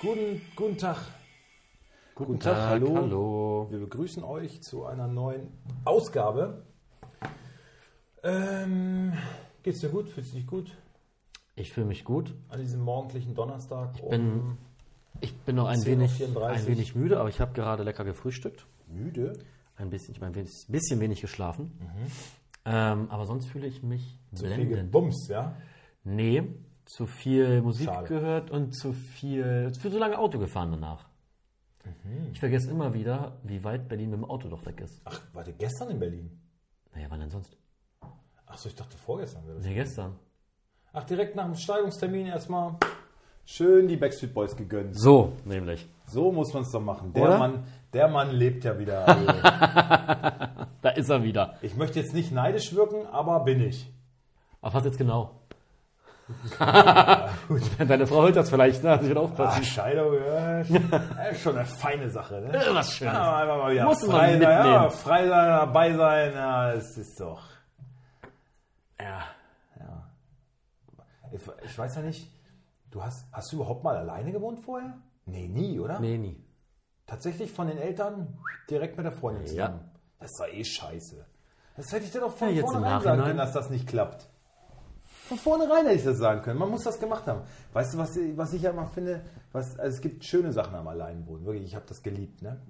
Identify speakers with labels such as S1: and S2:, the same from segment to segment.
S1: Guten, guten Tag. Guten, Tag, hallo. Wir begrüßen euch zu einer neuen Ausgabe. Ähm, geht's dir gut? Fühlst du dich gut
S2: Ich fühle mich gut.
S1: an diesem morgendlichen Donnerstag? Ich
S2: Bin, ich bin noch ein
S1: 10 Uhr
S2: wenig,
S1: 34.
S2: ein wenig müde, aber ich habe gerade lecker gefrühstückt.
S1: müde.
S2: Ein bisschen, ich mein, wenig, bisschen wenig geschlafen. Ähm, aber sonst fühle ich mich
S1: Mhm. Zu viel
S2: blendend.
S1: gebumst, ja?
S2: Nee, zu viel Musik
S1: Schade.
S2: gehört und zu viel, zu viel so lange Auto gefahren danach.
S1: Mhm.
S2: Ich vergesse immer wieder, wie weit Berlin mit dem Auto doch weg ist.
S1: Ach, warte, gestern in Berlin?
S2: Naja, wann denn sonst?
S1: Ach so, ich dachte vorgestern wäre das.
S2: Nee, gestern.
S1: Ach, direkt nach dem Steigungstermin erstmal schön die Backstreet Boys gegönnt.
S2: So, nämlich.
S1: So muss man es doch machen. Der
S2: Oder?
S1: Mann, der Mann lebt ja wieder. Also,
S2: Da ist er wieder.
S1: ich möchte jetzt nicht neidisch wirken, aber bin ich.
S2: Auf was jetzt genau? Deine Frau hört das vielleicht, ne? Hat sich wieder aufpassen.
S1: Ach, Scheidung, ja, ist schon eine feine Sache, ne?
S2: Was Schönes.
S1: Ja, einfach mal wieder
S2: Äh, Muss man
S1: frei, sein, ja,
S2: mitnehmen.
S1: frei sein, dabei sein, ja, es ist doch.
S2: Ja.
S1: Ich, ich weiß ja nicht, du hast, hast du überhaupt mal alleine gewohnt vorher? Nee, nie, oder?
S2: Nee, nie.
S1: Tatsächlich von den Eltern direkt mit der Freundin
S2: Ja.
S1: zusammen. Das ist doch eh scheiße. Das hätte ich dir doch von
S2: Ja, jetzt im
S1: vornherein sagen
S2: Nachhinein.
S1: können, dass das nicht klappt. Von vornherein hätte ich das sagen können. Man muss das gemacht haben. Weißt du, was, was ich ja immer finde? Was, also es gibt schöne Sachen am Alleinwohnen. Wirklich, ich habe das geliebt, ne?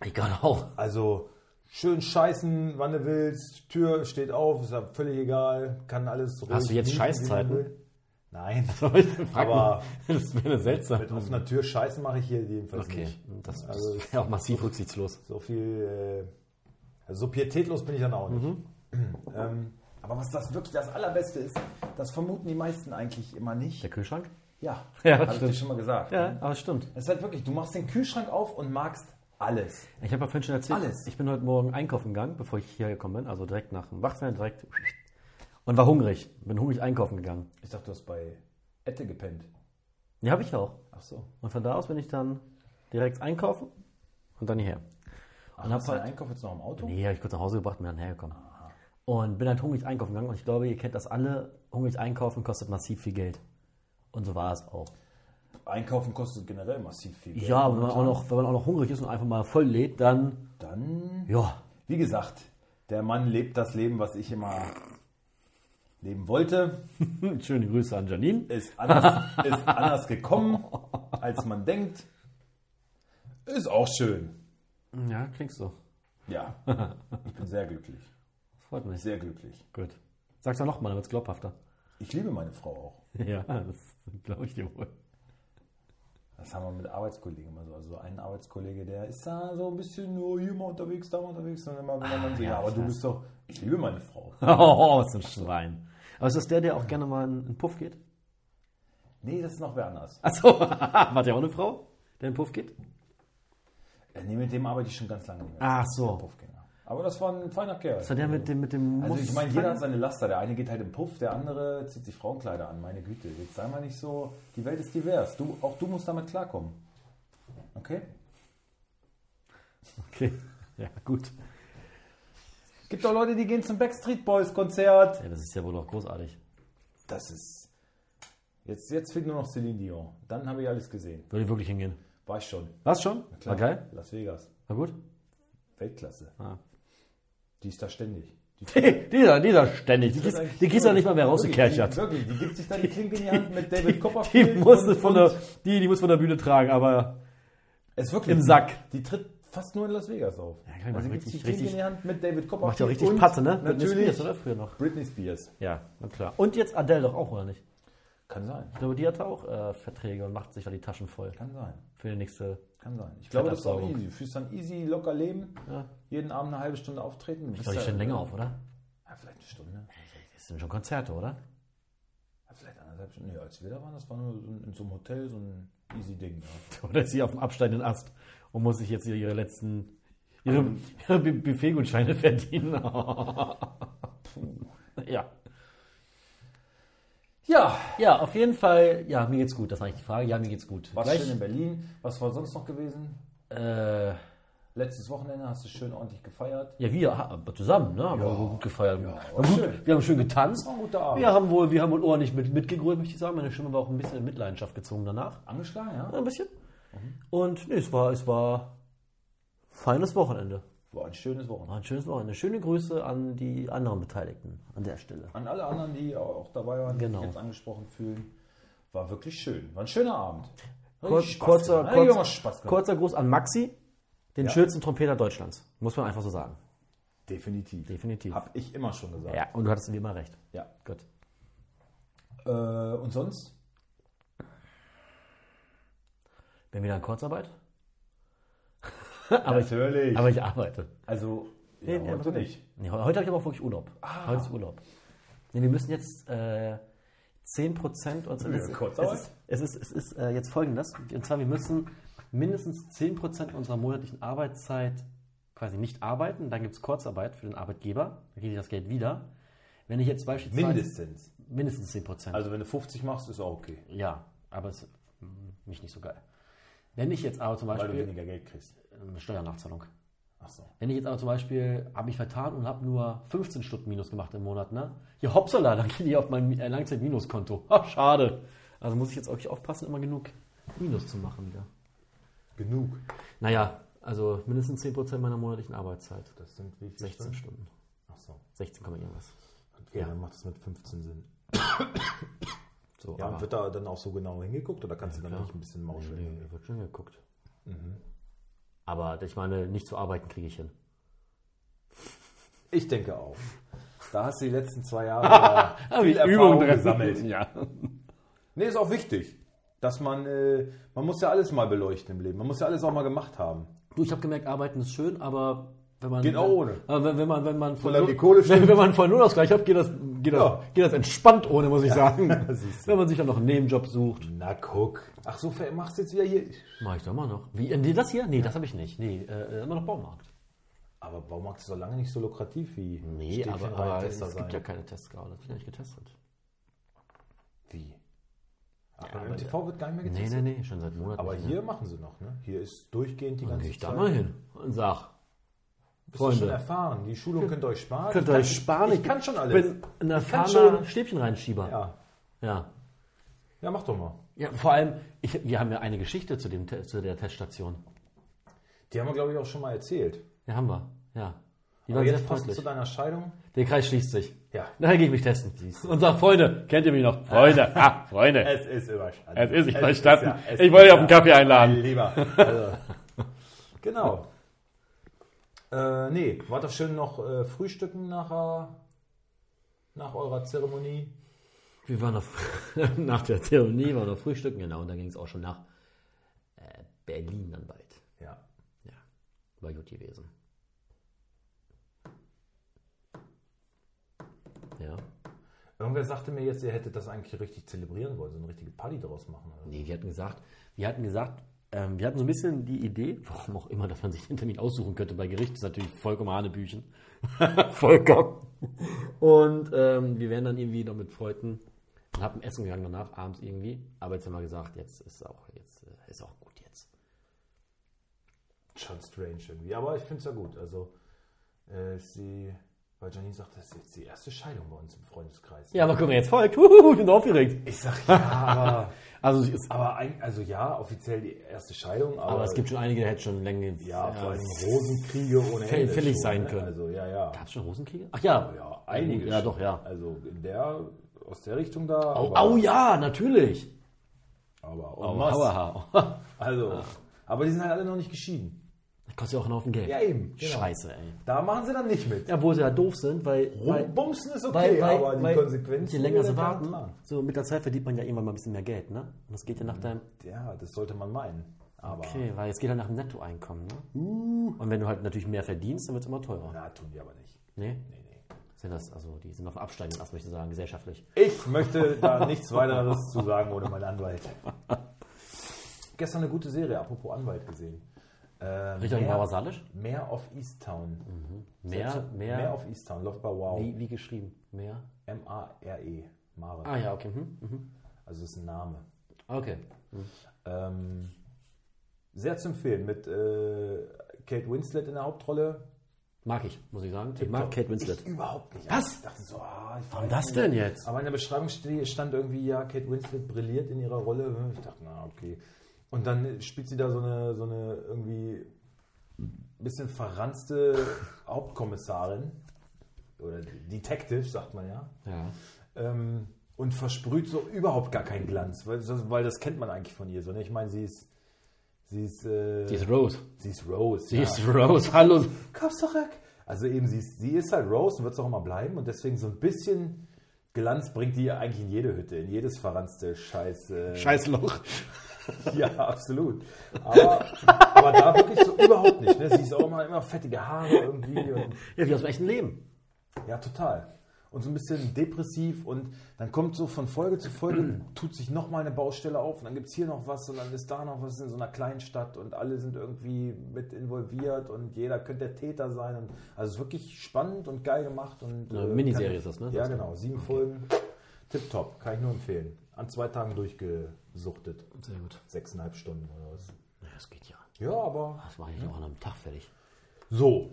S2: Egal auch.
S1: Also schön scheißen, wann du willst, Tür steht auf, ist ja völlig egal, kann alles ruhig
S2: Hast du jetzt
S1: liegen,
S2: Scheißzeiten?
S1: wie man will. Nein,
S2: Ich frag
S1: aber
S2: mich, das wäre seltsam.
S1: mit offener Tür scheißen mache ich hier jedenfalls
S2: Okay,
S1: nicht.
S2: das, das
S1: Also,
S2: wäre auch massiv rücksichtslos.
S1: So viel, äh, also so pietätlos bin ich dann auch nicht.
S2: Mhm.
S1: Ähm, aber was das wirklich das Allerbeste ist, das vermuten die meisten eigentlich immer nicht.
S2: Der Kühlschrank?
S1: Ja,
S2: Ja,
S1: habe ich dir
S2: stimmt.
S1: schon mal gesagt. ne?
S2: aber stimmt.
S1: Es ist halt wirklich, du machst den Kühlschrank auf und magst alles.
S2: Ich habe ja vorhin schon erzählt,
S1: Alles.
S2: ich bin heute Morgen einkaufen gegangen, bevor ich hierher gekommen bin, also direkt nach dem Wachsein, direkt und war hungrig. Bin hungrig einkaufen gegangen.
S1: Ich dachte, du hast bei Ette gepennt.
S2: Ja, habe ich auch.
S1: Ach so.
S2: Und von da aus bin ich dann direkt einkaufen und dann hierher.
S1: Und hast du
S2: hab halt-
S1: den Einkauf jetzt noch im Auto?
S2: Nee, habe ich kurz nach Hause gebracht und bin dann hergekommen. Und bin halt hungrig einkaufen gegangen und ich glaube, ihr kennt das alle, hungrig einkaufen kostet massiv viel Geld. Und so war es auch.
S1: Einkaufen kostet generell massiv viel Geld. ne?
S2: Ja, aber wenn man, auch
S1: momentan.
S2: noch, wenn man auch noch hungrig ist und einfach mal voll lädt, dann,
S1: Dann,
S2: ja,
S1: wie gesagt, der Mann lebt das Leben, was ich immer leben wollte.
S2: schöne Grüße an Janine.
S1: Ist anders, ist anders gekommen, als man denkt. Ist auch schön.
S2: Ja, kriegst du.
S1: Ja, ich bin sehr glücklich.
S2: Das freut mich.
S1: Sehr glücklich.
S2: Gut. Sag's doch nochmal, dann wird's glaubhafter.
S1: Ich liebe meine Frau auch.
S2: Ja, das glaube ich dir wohl.
S1: Das haben wir mit Arbeitskollegen immer so. Also ein Arbeitskollege, der ist da so ein bisschen nur hier mal unterwegs, da mal unterwegs. Und immer, wenn man so,
S2: Ah, ja,
S1: ja, aber
S2: ich
S1: du
S2: weiß.
S1: bist doch, ich liebe meine Frau.
S2: Oh, was ein Schwein. Aber ist das der, der auch gerne mal in den Puff geht?
S1: Nee, das ist noch wer anders.
S2: Achso, war der auch eine Frau, der in den Puff geht?
S1: Äh, Nee, mit dem arbeite ich schon ganz lange nicht mehr.
S2: Ach so.
S1: Puffgänger. Aber das war ein feiner Kerl.
S2: Ist das der mit dem, mit dem
S1: also ich meine, jeder hat
S2: Mustang?
S1: seine Laster. Der eine geht halt im Puff, der andere zieht sich Frauenkleider an. Meine Güte, jetzt sei mal nicht so. Die Welt ist divers. Du, auch du musst damit klarkommen. Okay?
S2: Okay. Ja, gut.
S1: Gibt doch Leute, die gehen zum Backstreet Boys Konzert.
S2: Ja, das ist ja wohl auch großartig.
S1: Das ist. Jetzt, jetzt fehlt nur noch Celine Dion. Dann habe ich alles gesehen.
S2: Würde ich wirklich hingehen.
S1: War ich schon.
S2: Was schon?
S1: Klar.
S2: War geil?
S1: Las Vegas.
S2: War gut?
S1: Weltklasse.
S2: Ah.
S1: Die ist da ständig. Die
S2: dieser, dieser ständig. Die, kriegst- die kriegst du ja nicht mal mehr
S1: rausgekerchert.
S2: rausgekerchert.
S1: Wirklich, die gibt sich da die Klinke in die Hand mit David
S2: Die
S1: Copperfield.
S2: muss, es
S1: und-
S2: von der, die, die muss von der Bühne tragen, aber
S1: Es ist wirklich
S2: Im Sack.
S1: Die tritt fast nur in Las Vegas auf.
S2: Ja, kann ich machen.
S1: gibt's die
S2: Richtig-
S1: Krieg in der Hand mit David Copperfield.
S2: Macht ja auch richtig
S1: und
S2: Patte, ne? Britney
S1: Natürlich.
S2: Spears, oder? Früher noch.
S1: Britney Spears.
S2: Ja, na klar. Und jetzt Adele doch auch, oder nicht?
S1: Kann sein.
S2: Ich glaube, die hatte auch äh, Verträge und macht sich da die Taschen voll.
S1: Kann sein.
S2: Für die nächste.
S1: Kann sein. Ich glaube, das ist auch
S2: Fettabsaugung.
S1: easy. Du fühlst dann easy, locker leben. Jeden Abend eine halbe Stunde auftreten.
S2: Ich glaube, die stehen länger auf, oder?
S1: Ja, vielleicht eine Stunde.
S2: Das sind schon Konzerte, oder?
S1: Ja, vielleicht anderthalb Stunden. Nee, als wir da waren, das war nur so ein, in so einem Hotel so ein easy Ding. Ja.
S2: Oder ist sie auf dem absteigenden Ast und muss sich jetzt ihre letzten. ihre, ihre Bu- Buffetgutscheine verdienen? ja.
S1: Ja,
S2: Ja, auf jeden Fall. Ja, mir geht's gut. Das war eigentlich die Frage. Ja, mir geht's gut.
S1: war
S2: Gleich-
S1: schön in Berlin. Was war sonst noch gewesen?
S2: äh,
S1: Letztes Wochenende hast du schön ordentlich gefeiert.
S2: ja, wir ha- zusammen, ne? Haben wir wohl gut gefeiert.
S1: war
S2: wir, haben
S1: schön.
S2: gut, wir haben schön getanzt.
S1: Das war ein guter Abend.
S2: Wir haben wohl, wir haben wohl ordentlich mit, mitgegrölt, möchte ich sagen. Meine Stimme war auch ein bisschen in Mitleidenschaft gezogen danach.
S1: Angeschlagen, ja?
S2: Ein bisschen.
S1: Mhm.
S2: Und nee, es war, es war feines Wochenende.
S1: War ein schönes Wochenende.
S2: War ein schönes Wochenende. Schöne Grüße an die anderen Beteiligten an der Stelle.
S1: An alle anderen, die auch dabei waren, die
S2: Genau.
S1: sich jetzt angesprochen fühlen. War wirklich schön. War ein schöner Abend. Hat
S2: Kur-
S1: richtig Spaß
S2: kurzer,
S1: gemacht. Hat richtig
S2: kurz,
S1: Spaß gemacht.
S2: kurzer Gruß an Maxi, den schönsten Trompeter Deutschlands. Muss man einfach so sagen.
S1: Definitiv.
S2: Definitiv.
S1: Hab ich immer schon gesagt.
S2: Ja, und du hattest wie immer recht.
S1: Ja.
S2: Gut.
S1: Äh, und sonst?
S2: Bin wieder in Kurzarbeit,
S1: Aber Natürlich.
S2: aber ich arbeite.
S1: also, ja,
S2: nee,
S1: heute
S2: aber-
S1: nicht. Ah.
S2: Nee, heu- heute habe ich aber auch wirklich Urlaub. Heute ist Urlaub. Nee, wir müssen jetzt äh, 10% und es,
S1: Kurzarbeit?
S2: es ist, es ist, es ist äh, jetzt folgendes. Und zwar, wir müssen mindestens 10% unserer monatlichen Arbeitszeit quasi nicht arbeiten. Dann gibt es Kurzarbeit für den Arbeitgeber. Da kriege ich das Geld wieder. Wenn ich jetzt beispielsweise...
S1: Mindestens.
S2: Mindestens 10%.
S1: Also, wenn du 50 machst, ist auch okay.
S2: ja, aber es hm, mich nicht so geil. Wenn ich jetzt aber zum
S1: Weil du
S2: Beispiel...
S1: weniger Geld kriegst.
S2: Ähm, Steuernachzahlung.
S1: Ach so.
S2: Wenn ich jetzt aber zum Beispiel habe mich vertan und habe nur 15 Stunden Minus gemacht im Monat, ne? Ja, hoppsala, dann gehen die auf mein Mi- äh, Langzeit-Minuskonto. Ha, schade. Also muss ich jetzt wirklich aufpassen, immer genug Minus zu machen wieder.
S1: Genug.
S2: Naja, also mindestens 10% meiner monatlichen Arbeitszeit.
S1: Das sind wie viel
S2: 16
S1: Stunden?
S2: Stunden.
S1: Ach so.
S2: 16, Komma irgendwas.
S1: Okay, dann macht es mit 15 Sinn.
S2: So,
S1: Ja,
S2: aber
S1: und wird da dann auch so genau hingeguckt oder kannst du dann nicht ein bisschen mauscheln?
S2: nee, wird schon geguckt.
S1: Mhm.
S2: Aber ich meine, nicht zu arbeiten kriege ich hin.
S1: Ich denke auch. Da hast du die letzten zwei Jahre ja
S2: Ah,
S1: viel Erfahrung gesammelt.
S2: Ja.
S1: Nee, ist auch wichtig, dass man, äh, man muss ja alles mal beleuchten im Leben. Man muss ja alles auch mal gemacht haben.
S2: Du, ich habe gemerkt, arbeiten ist schön, aber wenn man.
S1: Geht auch ohne.
S2: Aber Wenn, wenn man, wenn man von
S1: Solange
S2: Null-
S1: die Kohle
S2: wenn,
S1: stimmt.
S2: wenn man von Null aus gleich hat, geht das, geht das,
S1: Ja.
S2: geht das entspannt ohne, muss ich sagen.
S1: siehst
S2: wenn man sich dann noch einen Nebenjob sucht.
S1: Na guck. Ach so, ver- machst du jetzt wieder hier.
S2: Mach ich doch immer noch. Wie, äh, nee, das hier? Nee, das habe ich nicht. Nee, äh, immer noch Baumarkt.
S1: Aber Baumarkt ist so lange nicht so lukrativ wie.
S2: Nee,
S1: Stäbchen
S2: aber,
S1: rein,
S2: aber es
S1: Tester
S2: gibt ja
S1: sein.
S2: keine Tests gerade. Das wird ja nicht getestet.
S1: Wie? Ach, beim MTV wird gar nicht mehr
S2: Nee,
S1: getestet.
S2: nee, nee, schon seit Monaten.
S1: Aber
S2: nicht
S1: hier machen sie noch, ne? Hier ist durchgehend die
S2: mehr.
S1: ganze
S2: Dann geh ich da
S1: Zeit.
S2: mal hin und sag.
S1: Bist du schon
S2: Freunde.
S1: erfahren. Die Schulung könnt ihr euch sparen.
S2: Könnt
S1: Ich
S2: ihr
S1: kann-
S2: euch sparen?
S1: Ich kann schon alles.
S2: bin ein
S1: kann
S2: erfahrener
S1: schon-
S2: Stäbchenreinschieber.
S1: ja.
S2: ja.
S1: ja, mach doch mal.
S2: Ja, vor allem, ich, wir haben ja eine Geschichte zu, dem, Te- zu der Teststation.
S1: Die haben wir, glaube ich, auch schon mal erzählt.
S2: Ja, haben wir. Ja. Die
S1: Aber
S2: waren sehr
S1: jetzt passend zu
S2: freundlich.
S1: deiner Scheidung.
S2: Der Kreis schließt sich.
S1: Ja.
S2: Nachher gehe ich mich testen. Und sag, Freunde, kennt ihr mich noch? Freunde, ah, Freunde.
S1: Es ist überstanden.
S2: Es ist
S1: ist
S2: überstanden.
S1: ja- es
S2: ich wollte
S1: ist
S2: dich auf einen
S1: ja-
S2: Kaffee einladen.
S1: Lieber. Also, genau. Äh, nee, war doch schön noch äh, frühstücken nachher, nach eurer Zeremonie.
S2: Wir waren auf, nach der Theorie, waren wir frühstücken, genau. Und dann ging es auch schon nach äh, Berlin dann bald.
S1: Ja.
S2: Ja, war gut gewesen. Ja.
S1: Irgendwer sagte mir jetzt, ihr hättet das eigentlich richtig zelebrieren wollen, so eine richtige Party daraus machen. Oder?
S2: Nee, wir hatten gesagt, wir hatten gesagt, ähm, wir hatten so ein bisschen die Idee, warum auch immer, dass man sich den Termin aussuchen könnte bei Gericht, ist natürlich vollkommen Hanebüchen. vollkommen. Und ähm, wir wären dann irgendwie noch mit Freunden und haben Essen gegangen danach, abends irgendwie. Aber jetzt haben wir gesagt, jetzt ist auch, jetzt äh, ist auch gut jetzt.
S1: Schon strange irgendwie. Aber ich finde es ja gut. Also, äh, ist die, weil Janine sagt, das ist jetzt die erste Scheidung bei uns im Freundeskreis.
S2: Ja, aber guck mal, jetzt folgt. Huhuhu, ich bin aufgeregt.
S1: Ich sag ja, aber,
S2: Also es ist, aber,
S1: aber ein, also ja, offiziell die erste Scheidung. Aber,
S2: es gibt schon einige, der hätte schon länger.
S1: ja, vor allem Rosenkriege ohne
S2: Fäll- fällig sein können.
S1: Also ja, ja.
S2: Gab es schon Rosenkriege? Ach ja.
S1: Ja, einige.
S2: Ja,
S1: schon.
S2: doch, ja.
S1: Also in der, aus der Richtung da.
S2: Au,
S1: aber,
S2: au ja, natürlich.
S1: aber
S2: Au,
S1: en masse.
S2: aua, au.
S1: Also, aber die sind halt alle noch nicht geschieden.
S2: Das kostet ja auch einen Haufen Geld.
S1: Ja, eben, genau.
S2: Scheiße, ey.
S1: Da machen sie dann nicht mit.
S2: Ja, wo sie ja doof sind, weil. weil
S1: Rumbumsen ist okay,
S2: weil, weil,
S1: aber die
S2: weil,
S1: Konsequenzen.
S2: Je länger
S1: will
S2: sie
S1: der Staat
S2: warten,
S1: tragen.
S2: so mit der Zeit verdient man ja irgendwann mal ein bisschen mehr Geld, ne? Und das geht ja nach deinem.
S1: Ja, das sollte man meinen. Aber
S2: Okay, weil es geht ja nach dem Nettoeinkommen, ne? Und wenn du halt natürlich mehr verdienst, dann wird es immer teurer.
S1: na, tun die aber nicht.
S2: Nee? Nee, nee. Sind das, also die sind auf dem absteigenden Ast, möchte ich sagen, gesellschaftlich.
S1: Ich möchte da nichts weiteres zu sagen ohne meinen Anwalt. Gestern eine gute Serie, apropos Anwalt gesehen. Ähm,
S2: Richard
S1: mehr-
S2: Bawasalisch?
S1: Mehr of Easttown.
S2: Mehr, mehr,
S1: Mehr auf Easttown, Love by Wow.
S2: wie, wie geschrieben? Mehr?
S1: M-A-R-E. Mare.
S2: Ah ja, okay. Hm? Mhm.
S1: E,
S2: Ah,
S1: Also das ist ein Name.
S2: Okay.
S1: Ähm, sehr zu empfehlen mit äh, Kate Winslet in der Hauptrolle.
S2: Mag ich, muss ich sagen. Ich Ah. mag Kate Winslet.
S1: Ich überhaupt nicht. Was? Ich dachte so, ah, ich
S2: Warum
S1: weiß
S2: das denn jetzt?
S1: Aber in der Beschreibung ste- stand irgendwie, ja, Kate Winslet brilliert in ihrer Rolle. Hm, Ich dachte, na, okay. Und dann spielt sie da so eine, so eine irgendwie bisschen verranzte Hauptkommissarin. Oder Detective, sagt man ja.
S2: Ja.
S1: Ähm, und versprüht so überhaupt gar keinen Glanz, weil, das- weil das kennt man eigentlich von ihr so. Ne? Ich meine, sie ist. Sie ist, äh,
S2: Die ist Rose.
S1: sie ist Rose.
S2: Die
S1: ja.
S2: ist Rose. Hallo.
S1: Komm zurück. Also eben, sie ist, sie ist halt Rose und wird es auch immer bleiben und deswegen so ein bisschen Glanz bringt die eigentlich in jede Hütte, in jedes verranzte Scheiß. Äh,
S2: Scheißloch.
S1: Ja, absolut. Aber, aber da wirklich so überhaupt nicht. Ne? Sie ist auch immer, immer fettige Haare irgendwie. Und,
S2: Ja, wie aus dem echten Leben.
S1: ja, total. Und so ein bisschen depressiv und dann kommt so von Folge zu Folge, tut sich nochmal eine Baustelle auf und dann gibt es hier noch was und dann ist da noch was in so einer kleinen Stadt und alle sind irgendwie mit involviert und jeder könnte der Täter sein. Und, also es ist wirklich spannend und geil gemacht. Und, äh,
S2: Eine Miniserie ist das, ne?
S1: Ja, genau. Sieben Folgen. Tipptopp, kann ich nur empfehlen. An zwei Tagen durchgesuchtet.
S2: Sehr gut.
S1: Sechseinhalb Stunden oder was.
S2: Ja, das geht ja.
S1: Ja, aber
S2: Das mache ich auch an einem Tag fertig.
S1: so,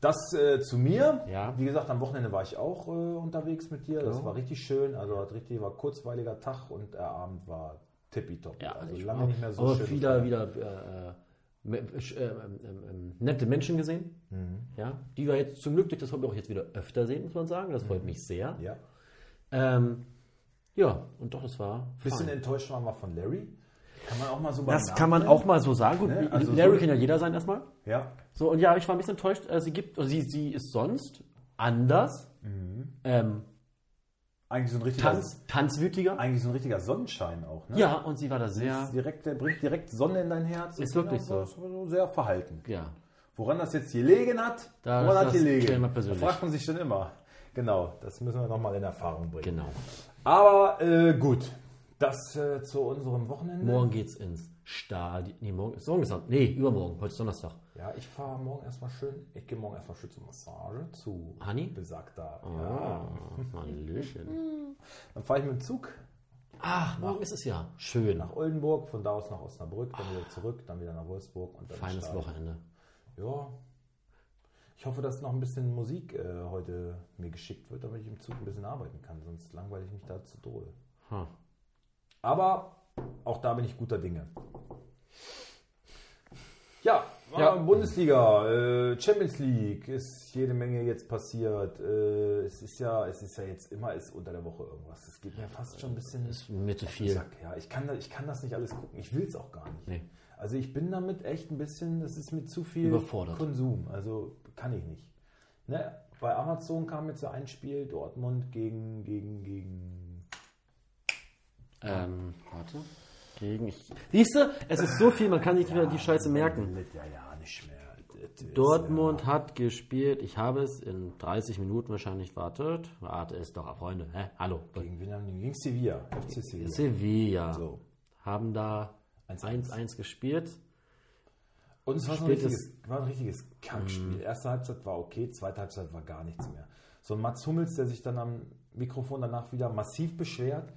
S1: das äh, zu mir.
S2: Ja. Genau.
S1: Wie gesagt, am Wochenende war ich auch äh, unterwegs mit dir. Das war richtig schön. Also hat richtig war kurzweiliger Tag und der Abend war tippitopp. also
S2: ich
S1: lange
S2: war-
S1: nicht mehr so
S2: aber
S1: schön.
S2: wieder, wieder äh, äh, me- sch- äh, ähm, ähm, ähm, nette Menschen gesehen.
S1: Mhm.
S2: Ja, die wir jetzt zum Glück durch das Hobby auch jetzt wieder öfter sehen, muss man sagen. Das freut mich sehr.
S1: Mhm. Ja.
S2: Ähm, ja, und doch, das war.
S1: Bisschen
S2: fein.
S1: enttäuscht waren wir von Larry. Kann man auch mal so beim
S2: das
S1: Namen
S2: kann man
S1: nennen.
S2: auch mal so sagen. Gut,
S1: Ne, also
S2: Larry
S1: so-
S2: kann ja jeder sein erstmal.
S1: Ja.
S2: So, und ja, ich war ein bisschen enttäuscht. Äh, sie gibt, also sie, sie ist sonst anders.
S1: Mhm.
S2: Ähm,
S1: Eigentlich so ein richtiger,
S2: tanz, tanzwütiger.
S1: eigentlich so ein richtiger Sonnenschein auch. Ne?
S2: Ja, und sie war da sehr.
S1: Ist Direkt, der bringt direkt Sonne in dein Herz.
S2: Ist
S1: Und
S2: wirklich
S1: genau,
S2: so.
S1: das war Sehr verhalten.
S2: Ja.
S1: Woran das jetzt gelegen hat,
S2: Da-
S1: woran
S2: das
S1: hat gelegen?
S2: klären wir
S1: Da
S2: persönlich.
S1: fragt man sich schon immer. Genau, das müssen wir nochmal in Erfahrung bringen.
S2: Genau.
S1: Aber äh, gut, das äh, zu unserem Wochenende.
S2: Morgen geht's ins Stadion. Nee, morgen ist morgen ist Sam- Nee, übermorgen. Heute ist Donnerstag.
S1: Ja, ich fahre morgen erstmal schön. Ich gehe morgen erstmal schön zur Massage, zu
S2: Honey?
S1: besagter. Ja.
S2: Ah, Hallöchen.
S1: Dann fahre ich mit dem Zug
S2: Ach, morgen ist es ja. Schön.
S1: nach Oldenburg, von da aus nach Osnabrück, dann wieder zurück, dann wieder nach Wolfsburg und dann
S2: Feines
S1: Start.
S2: Wochenende.
S1: Ja. Ich hoffe, dass noch ein bisschen Musik äh, heute mir geschickt wird, damit ich im Zug ein bisschen arbeiten kann, sonst langweile ich mich da zu Tode.
S2: Hm.
S1: Aber auch da bin ich guter Dinge. Ja,
S2: Ja.
S1: äh, Bundesliga, äh, Champions League ist jede Menge jetzt passiert. Äh, Es ist ja, es ist ja jetzt immer ist unter der Woche irgendwas. Es geht mir fast schon ein bisschen
S2: Ist mir zu viel.
S1: Sack. Ja, ich kann, da- ich kann das nicht alles gucken. Ich will es auch gar nicht.
S2: Nee.
S1: Also ich bin damit echt ein bisschen, das ist mit zu viel
S2: Überfordert.
S1: Konsum. Also kann ich nicht. Ne? Bei Amazon kam jetzt so ein Spiel Dortmund gegen gegen gegen
S2: Ähm, warte. Gegen. Ich. Siehste, es ist so viel, man kann sich nicht mehr die Scheiße merken.
S1: Ja, ja, nicht mehr. Das ist,
S2: Dortmund hat gespielt. Ich habe es in 30 Minuten wahrscheinlich. Wartet. Warte es doch, Freunde. Hä? Hallo.
S1: äh, Gegen wen haben die? Gegen Sevilla. FC Sevilla.
S2: Sevilla
S1: So.
S2: haben da
S1: 1-1.
S2: 1-1 gespielt.
S1: Und es war, so ein
S2: Spätes-
S1: richtiges, Mhm. war ein richtiges Kackspiel. Erste Halbzeit war okay, zweite Halbzeit war gar nichts mehr. So ein Mats Hummels, der sich dann am Mikrofon danach wieder massiv beschwert,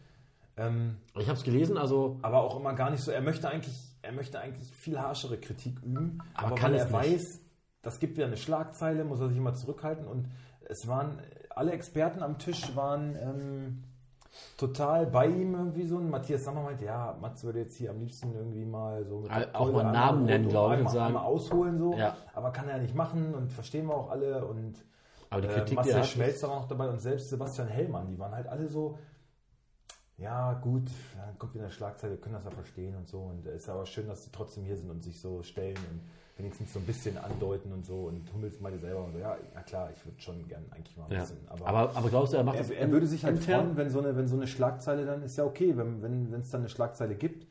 S1: ähm,
S2: Ich habe es gelesen, also
S1: aber auch immer gar nicht so. Er möchte eigentlich, er möchte eigentlich viel harschere Kritik üben,
S2: Aber
S1: aber,
S2: kann
S1: weil
S2: es
S1: er
S2: nicht.
S1: weiß, das gibt wieder eine Schlagzeile, muss er sich immer zurückhalten. Und es waren alle Experten am Tisch waren ähm, total bei ihm irgendwie so. Und Matthias Sammer meinte, ja, Mats würde jetzt hier am liebsten irgendwie mal so mit
S2: Al-
S1: der
S2: auch
S1: Keule
S2: mal
S1: einmal
S2: Namen
S1: rund-
S2: nennen, glaube ich, und
S1: einmal-
S2: sagen-
S1: einmal ausholen so,
S2: Ja.
S1: aber kann er ja nicht machen und verstehen wir auch alle und
S2: Aber die Kritik,
S1: äh,
S2: die
S1: Marcel
S2: er hat,
S1: Schmelzer war noch dabei und selbst Sebastian Hellmann, die waren halt alle so, ja gut, dann kommt wieder eine Schlagzeile, wir können das ja verstehen und so. Und es ist aber schön, dass die trotzdem hier sind und sich so stellen. Und wenigstens so ein bisschen andeuten und so. Und Hummels meinte selber, so, ja, ja klar, ich würde schon gern eigentlich mal ein
S2: Ja.
S1: bisschen.
S2: Aber, aber, glaubst du, er macht das
S1: Er, er würde sich halt
S2: intern?
S1: freuen, wenn so, eine, wenn so eine Schlagzeile dann ist ja okay, wenn wenn wenn, es dann eine Schlagzeile gibt.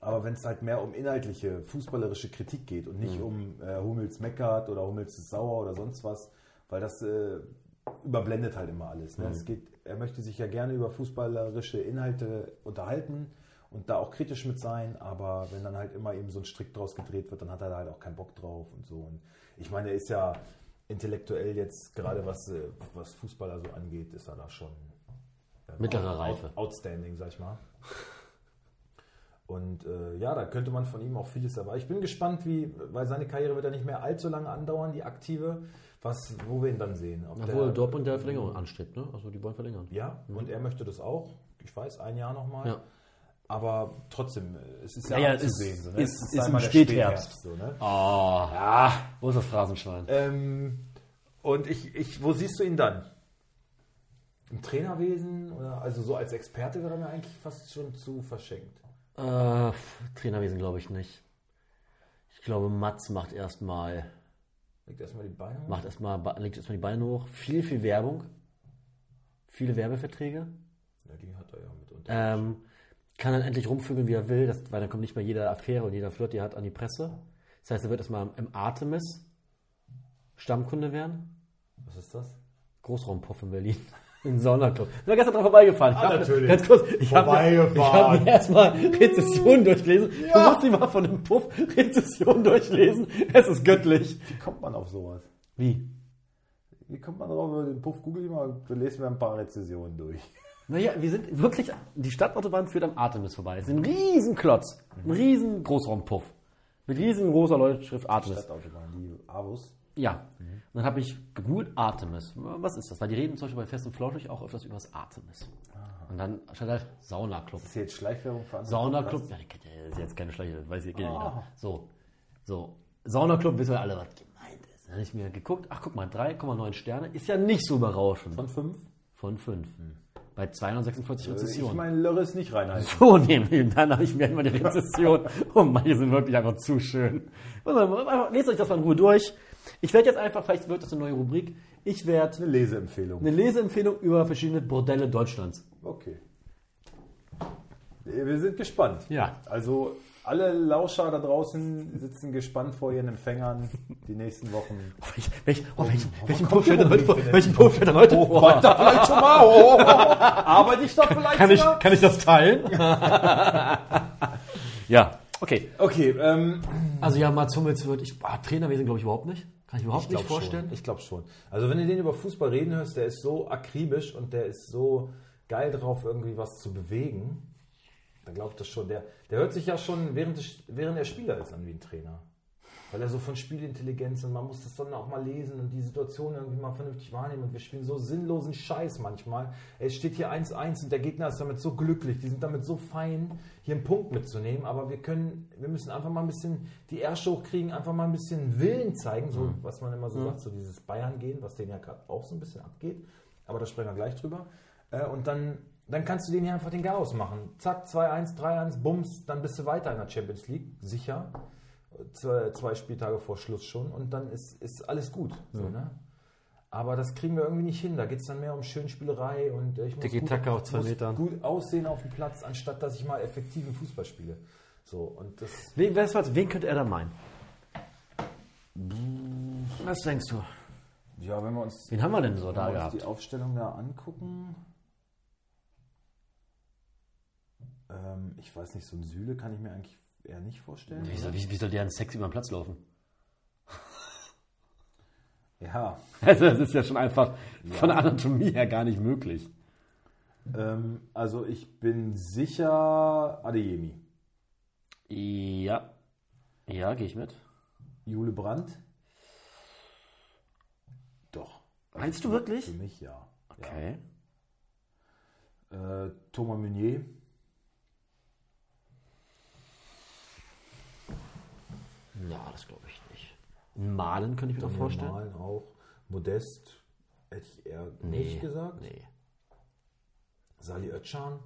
S1: Aber wenn es halt mehr um inhaltliche, fußballerische Kritik geht und
S2: Mhm.
S1: nicht um äh, Hummels meckert oder Hummels ist sauer oder sonst was, weil das äh, überblendet halt immer alles.
S2: Mhm.
S1: Ne? Es geht, er möchte sich ja gerne über fußballerische Inhalte unterhalten und da auch kritisch mit sein, aber wenn dann halt immer eben so ein Strick draus gedreht wird, dann hat er da halt auch keinen Bock drauf und so. Und ich meine, er ist ja intellektuell jetzt
S2: Mhm.
S1: gerade was, äh, was Fußballer so angeht, ist er da schon äh,
S2: Mittlere
S1: out-
S2: Reife.
S1: Outstanding, sag ich mal. Und äh, ja, da könnte man von ihm auch vieles erwarten. Ich bin gespannt, wie, weil seine Karriere wird ja nicht mehr allzu lange andauern, die aktive, was, wo wir ihn dann sehen. Ob
S2: Obwohl Dortmund der Verlängerung ansteht, ne? Also die wollen verlängern.
S1: Ja, und er möchte das auch. Ich weiß, ein Jahr nochmal.
S2: Ja.
S1: Aber trotzdem, äh, es ist ja,
S2: Naja,
S1: zu
S2: es
S1: sehen. So, ne?
S2: ist- ist
S1: einmal
S2: im
S1: der
S2: Spätherbst.
S1: so, ne?
S2: Ah, wo ist das Phrasenschwein?
S1: Ähm, und ich, ich, wo siehst du ihn dann? Im Trainerwesen? Oder, also so als Experte wäre er mir eigentlich fast schon zu verschenkt.
S2: Äh, Trainerwesen glaube ich nicht. Ich glaube, Mats macht erstmal
S1: Legt erstmal die Beine hoch.
S2: macht erstmal Ba- legt erstmal die Beine hoch, viel viel Werbung, viele Werbeverträge.
S1: Na, die hat er ja mitunter.
S2: Ähm, kann dann endlich rumvögeln, wie er will, das, weil dann kommt nicht mehr jede Affäre und jeder Flirt, die er hat, an die Presse. Das heißt, er wird erstmal im Artemis Stammkunde werden.
S1: Was ist das?
S2: Großraumpuff in Berlin. In Saunaclub. Ich bin gestern dran vorbeigefahren. Ich
S1: Ah,
S2: hab-
S1: natürlich.
S2: Ganz kurz. Ich habe mir, ich
S1: Vorbeigefahren.
S2: hab mir erstmal Rezession durchgelesen. Du musst dir mal von einem Puff Rezession durchlesen. Es ist göttlich.
S1: Wie kommt man auf sowas?
S2: Wie?
S1: Wie kommt man drauf über den Puff? Google ihn mal, dann lesen wir ein paar Rezessionen durch.
S2: Naja, wir sind wirklich, die Stadtautobahn führt am Artemis vorbei. Es ist ein riesen Klotz. Ein riesen Großraumpuff. Mit riesengroßer Leuchtschrift Artemis.
S1: Stadtautobahn, die Avus.
S2: Ja. Und dann habe ich gegoogelt Artemis. Was ist das? Weil die reden zum Beispiel bei Fest und Flauschig auch öfters über das Artemis.
S1: Ah.
S2: Und dann stand halt Saunaclub.
S1: Ist hier jetzt Schleichwerbung für andere
S2: Saunaclub.
S1: Podcasts?
S2: Ja, das ist jetzt keine Schleiche, weiß ich, geht
S1: Ah.
S2: jeder. So. So. Saunaclub wissen wir alle, was gemeint ist. Dann habe ich mir geguckt, ach guck mal, 3,9 Sterne ist ja nicht so berauschend.
S1: Von fünf?
S2: Von 5. Bei 246 Rezessionen.
S1: Ich meine, Lörres nicht reinhalten.
S2: So nämlich. Dann habe ich mir immer die Rezession. Oh, manche sind wirklich einfach zu schön. Muss man- einfach- Lest euch das mal in Ruhe durch. Ich werde jetzt einfach, vielleicht wird das eine neue Rubrik, ich werde
S1: Eine Leseempfehlung.
S2: eine Leseempfehlung über verschiedene Bordelle Deutschlands.
S1: Okay. Wir sind gespannt.
S2: Ja.
S1: Also alle Lauscher da draußen sitzen gespannt vor ihren Empfängern die nächsten Wochen.
S2: Oh, welch, welch, oh, welchen, welchen
S1: kommt
S2: Puff steht
S1: der
S2: denn heute vor?
S1: Rubrik denn?
S2: Welchen Puff steht denn
S1: oh,
S2: heute vor?
S1: vielleicht schon mal. Oh, oh, oh. Arbeite ich doch vielleicht
S2: Kann ich,
S1: sogar?
S2: kann ich das teilen? ja, okay.
S1: Okay, ähm,
S2: Also ja, Mats Hummels wird, ich, ah, Trainerwesen glaube ich überhaupt nicht. Kann ich überhaupt nicht
S1: glaub
S2: vorstellen.
S1: Schon. Ich glaube schon. Also wenn du den über Fußball reden hörst, der ist so akribisch und der ist so geil drauf, irgendwie was zu bewegen, dann glaubt das schon. Der, der hört sich ja schon, während, des, während er Spieler ist, an wie ein Trainer. Weil er so von Spielintelligenz und man muss das dann auch mal lesen und die Situation irgendwie mal vernünftig wahrnehmen. Und wir spielen so sinnlosen Scheiß manchmal. Es steht hier 1-1 und der Gegner ist damit so glücklich. Die sind damit so fein, hier einen Punkt mitzunehmen. Aber wir können, wir müssen einfach mal ein bisschen die Ärsche hochkriegen, einfach mal ein bisschen Willen zeigen. So, was man immer so sagt, so dieses Bayern-Gehen, was denen ja gerade auch so ein bisschen abgeht. Aber da sprechen wir gleich drüber. Äh, und dann, dann kannst du den hier einfach den Garaus machen. Zack, 2-1, 3-1, bums, dann bist du weiter in der Champions League. Sicher zwei, zwei Spieltage vor Schluss schon und dann ist, ist alles gut. So, ne? Aber das kriegen wir irgendwie nicht hin. Da geht es dann mehr um Schönspielerei und äh, ich muss,
S2: Tiki-Taka auf zwei
S1: muss
S2: Metern.
S1: gut aussehen auf dem Platz, anstatt dass ich mal effektiven Fußball spiele. So, und das
S2: Wen, weißt du was, wen könnte er da meinen? Was denkst du?
S1: ja, wenn wir uns,
S2: Wen haben wir denn so
S1: wenn wir
S2: da
S1: uns
S2: gehabt?
S1: die Aufstellung da angucken. Ähm, ich weiß nicht, so ein Süle kann ich mir eigentlich eher nicht vorstellen.
S2: Wie soll, wie, wie soll der ein Sex über den Platz laufen?
S1: Ja.
S2: Also das ist ja schon einfach von der Anatomie her gar nicht möglich.
S1: Ähm, also ich bin sicher Adeyemi.
S2: Ja. Ja, gehe ich mit.
S1: Jule Brandt? Doch.
S2: Meinst du wirklich?
S1: Für mich ja.
S2: Okay.
S1: Äh, Thomas Meunier.
S2: Na, das glaube ich nicht. Ein Malen könnte ich mir noch vorstellen.
S1: Normalen auch. Modest hätte ich eher nicht gesagt.
S2: Nee.
S1: Sali Özcan.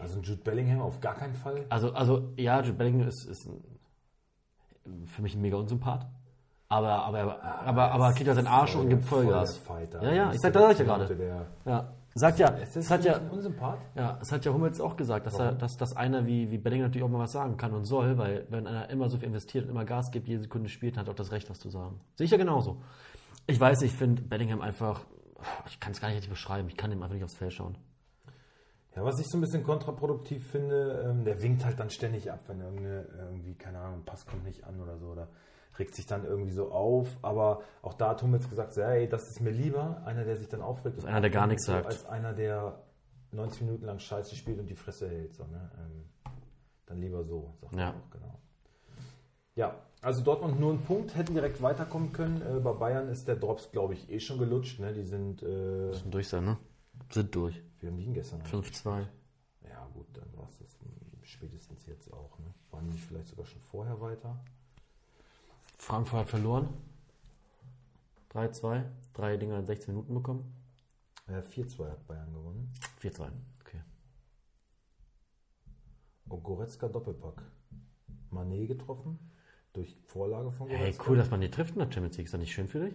S1: Also ein Jude Bellingham auf gar keinen Fall.
S2: Also, also ja, Jude Bellingham ist, ist ein, für mich ein mega Unsympath. Aber, aber, aber, aber, aber kriegt er seinen Arsch und gibt Vollgas.
S1: Fighter.
S2: Ja, ja, ich sag, das sag ich ja gerade.
S1: Der,
S2: Ja. Sagt ja, es hat ja,
S1: Unsympath?
S2: ja, es hat ja Hummels auch gesagt, dass, er, dass, dass einer wie, wie Bellingham natürlich auch mal was sagen kann und soll, weil wenn einer immer so viel investiert und immer Gas gibt, jede Sekunde spielt, dann hat er auch das Recht, was zu sagen. Sehe ich ja genauso. Ich weiß, ich finde Bellingham einfach, ich kann es gar nicht richtig beschreiben, ich kann dem einfach nicht aufs Feld schauen.
S1: Ja, was ich so ein bisschen kontraproduktiv finde, ähm, der winkt halt dann ständig ab, wenn irgendeine, irgendwie, keine Ahnung, ein Pass kommt nicht an oder so, oder regt sich dann irgendwie so auf, aber auch da hat Hummels gesagt, so, hey, das ist mir lieber, einer, der sich dann aufregt,
S2: Als einer, der gar nichts sagt.
S1: als einer, der 90 Minuten lang Scheiße spielt und die Fresse hält, so, ne? ähm, dann lieber so, sagt
S2: Ja.
S1: er auch, genau. Ja, also Dortmund nur ein Punkt, hätten direkt weiterkommen können, äh, bei Bayern ist der Drops, glaube ich, eh schon gelutscht, ne, die sind, äh,
S2: Müssen durch sein, ne? Sind durch.
S1: wir haben die denn gestern
S2: 5-2.
S1: ja, gut, dann war es das m, spätestens jetzt auch. Ne? Waren die vielleicht sogar schon vorher weiter?
S2: Frankfurt hat verloren. 3-2. Drei Dinger in 16 Minuten bekommen.
S1: Äh, 4-2 hat Bayern gewonnen.
S2: 4-2. Okay.
S1: Und Goretzka Doppelpack. Manet getroffen. Durch Vorlage von
S2: Hey,
S1: Goretzka.
S2: cool, dass man hier trifft in der Champions League. Ist das nicht schön für dich?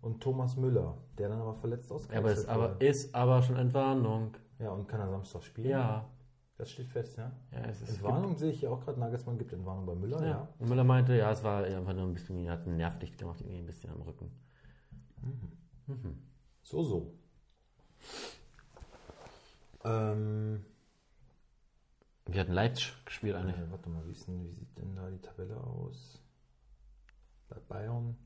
S1: Und Thomas Müller, der dann aber verletzt
S2: Ja, aber,
S1: ausgewechselt
S2: ist, aber,
S1: wurde.
S2: ist aber schon Entwarnung.
S1: Ja, und kann er Samstag spielen?
S2: Ja.
S1: Das steht fest, ja?
S2: ja es ist
S1: Entwarnung sehe ich ja auch gerade. Nagelsmann gibt Entwarnung bei Müller,
S2: Ja.
S1: ja.
S2: Und Müller meinte, ja, es war einfach nur ein bisschen, er hat einen Nerv dicht gemacht, irgendwie ein bisschen am Rücken.
S1: So, so. Ähm,
S2: Wir hatten Leipzig gespielt eigentlich.
S1: äh, warte mal, wie, ist denn, wie sieht denn da die Tabelle aus? Bei Bayern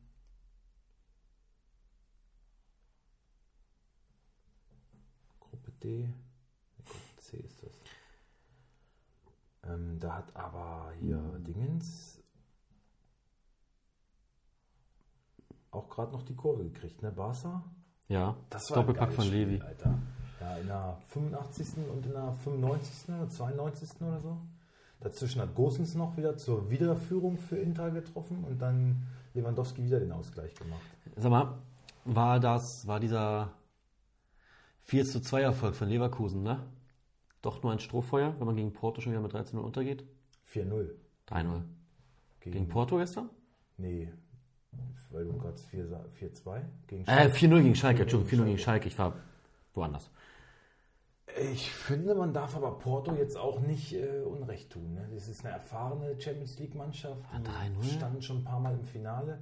S1: Gruppe D. Nee, Gruppe C ist das. Ähm, da hat aber hier Dingens auch gerade noch die Kurve gekriegt, ne? Barca?
S2: Ja.
S1: ein
S2: Doppelpack
S1: geiles
S2: von
S1: Spiel,
S2: Levi.
S1: Alter. Ja, in der 85. und in der 95. oder 92. oder so. Dazwischen hat Gosens noch wieder zur Wiederführung für Inter getroffen und dann Lewandowski wieder den Ausgleich gemacht.
S2: Sag mal, war das, war dieser 4 zu 2 Erfolg von Leverkusen, ne? Doch nur ein Strohfeuer, wenn man gegen Porto schon wieder mit 13-0 untergeht?
S1: 4-0.
S2: 3-0. Gegen Porto gestern?
S1: Nee, weil du gerade 4-2 gegen
S2: Äh, 4-0 gegen
S1: 4-0
S2: Schalke, Entschuldigung, 4-0 gegen Schalke, ich war woanders.
S1: Ich finde, man darf aber Porto jetzt auch nicht äh, Unrecht tun. Ne? Das ist eine erfahrene Champions League-Mannschaft. Die
S2: 3-0.
S1: standen schon ein paar Mal im Finale.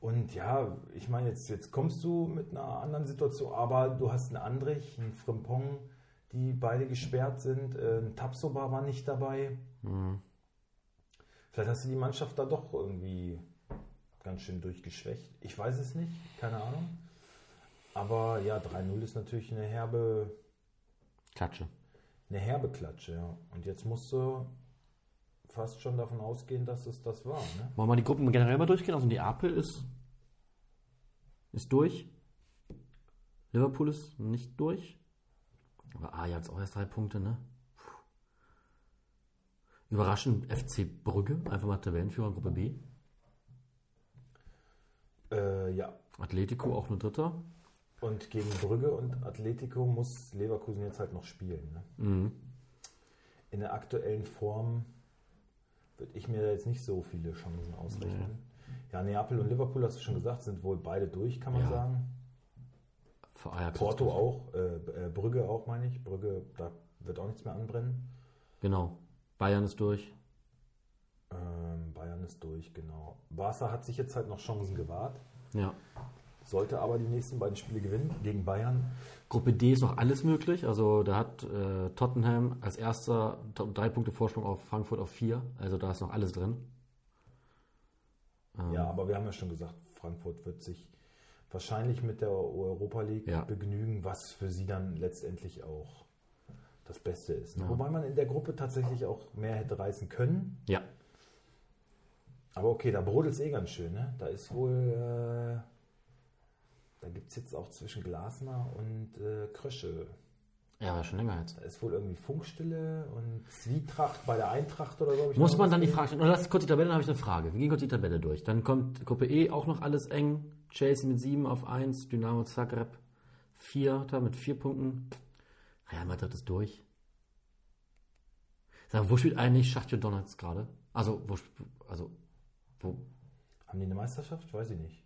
S1: Und ja, ich meine, jetzt, jetzt kommst du mit einer anderen Situation, aber du hast einen Andrich, einen Frimpong, die beide gesperrt sind. Äh, ein Tapsoba war nicht dabei. Vielleicht hast du die Mannschaft da doch irgendwie ganz schön durchgeschwächt. Ich weiß es nicht, keine Ahnung. Aber ja, 3-0 ist natürlich eine herbe
S2: Klatsche.
S1: eine herbe Klatsche, ja. Und jetzt musst du fast schon davon ausgehen, dass es das war. Ne?
S2: Wollen wir mal die Gruppen generell mal durchgehen? Also Neapel ist, ist durch. Liverpool ist nicht durch. Aber Ajax auch erst drei Punkte, ne? Puh. Überraschend FC Brügge, einfach mal Tabellenführer Gruppe B.
S1: Äh, ja.
S2: Atletico auch nur Dritter.
S1: Und gegen Brügge und Atletico muss Leverkusen jetzt halt noch spielen. Ne? In der aktuellen Form würde ich mir da jetzt nicht so viele Chancen ausrechnen. Ja, Neapel und Liverpool, hast du schon gesagt, sind wohl beide durch, kann man
S2: Ja.
S1: sagen.
S2: Für Ajax.
S1: Porto auch, äh, äh, Brügge auch, meine ich. Brügge, da wird auch nichts mehr anbrennen.
S2: Genau. Bayern ist durch.
S1: Ähm, Bayern ist durch, genau. Barca hat sich jetzt halt noch Chancen gewahrt.
S2: Ja.
S1: sollte aber die nächsten beiden Spiele gewinnen gegen Bayern.
S2: Gruppe D ist noch alles möglich. Also da hat äh, Tottenham als erster to- drei Punkte Vorsprung auf Frankfurt auf vier. Also da ist noch alles drin. Ah.
S1: Ja, aber wir haben ja schon gesagt, Frankfurt wird sich wahrscheinlich mit der Europa League
S2: Ja.
S1: begnügen, was für sie dann letztendlich auch das Beste ist. Wobei man in der Gruppe tatsächlich auch mehr hätte reißen können.
S2: Ja.
S1: Aber okay, da brodelt es eh ganz schön. Ne? Da ist wohl, äh, da gibt es jetzt auch zwischen Glasner und äh, Krösche.
S2: Ja, war schon länger jetzt.
S1: Da ist wohl irgendwie Funkstille und Zwietracht bei der Eintracht oder so. hab ich
S2: Muss
S1: noch
S2: man dann die
S1: gesehen.
S2: Frage stellen, oder lass kurz die Tabelle, dann habe ich eine Frage. Wir gehen kurz die Tabelle durch. Dann kommt Gruppe E auch noch alles eng. Chelsea mit 7 auf 1, Dynamo Zagreb 4 da mit 4 Punkten. Real Madrid ist durch. Sag, wo spielt eigentlich Schachtjo Donalds gerade? Also, wo, sp- also, wo,
S1: Haben die eine Meisterschaft? Weiß ich nicht.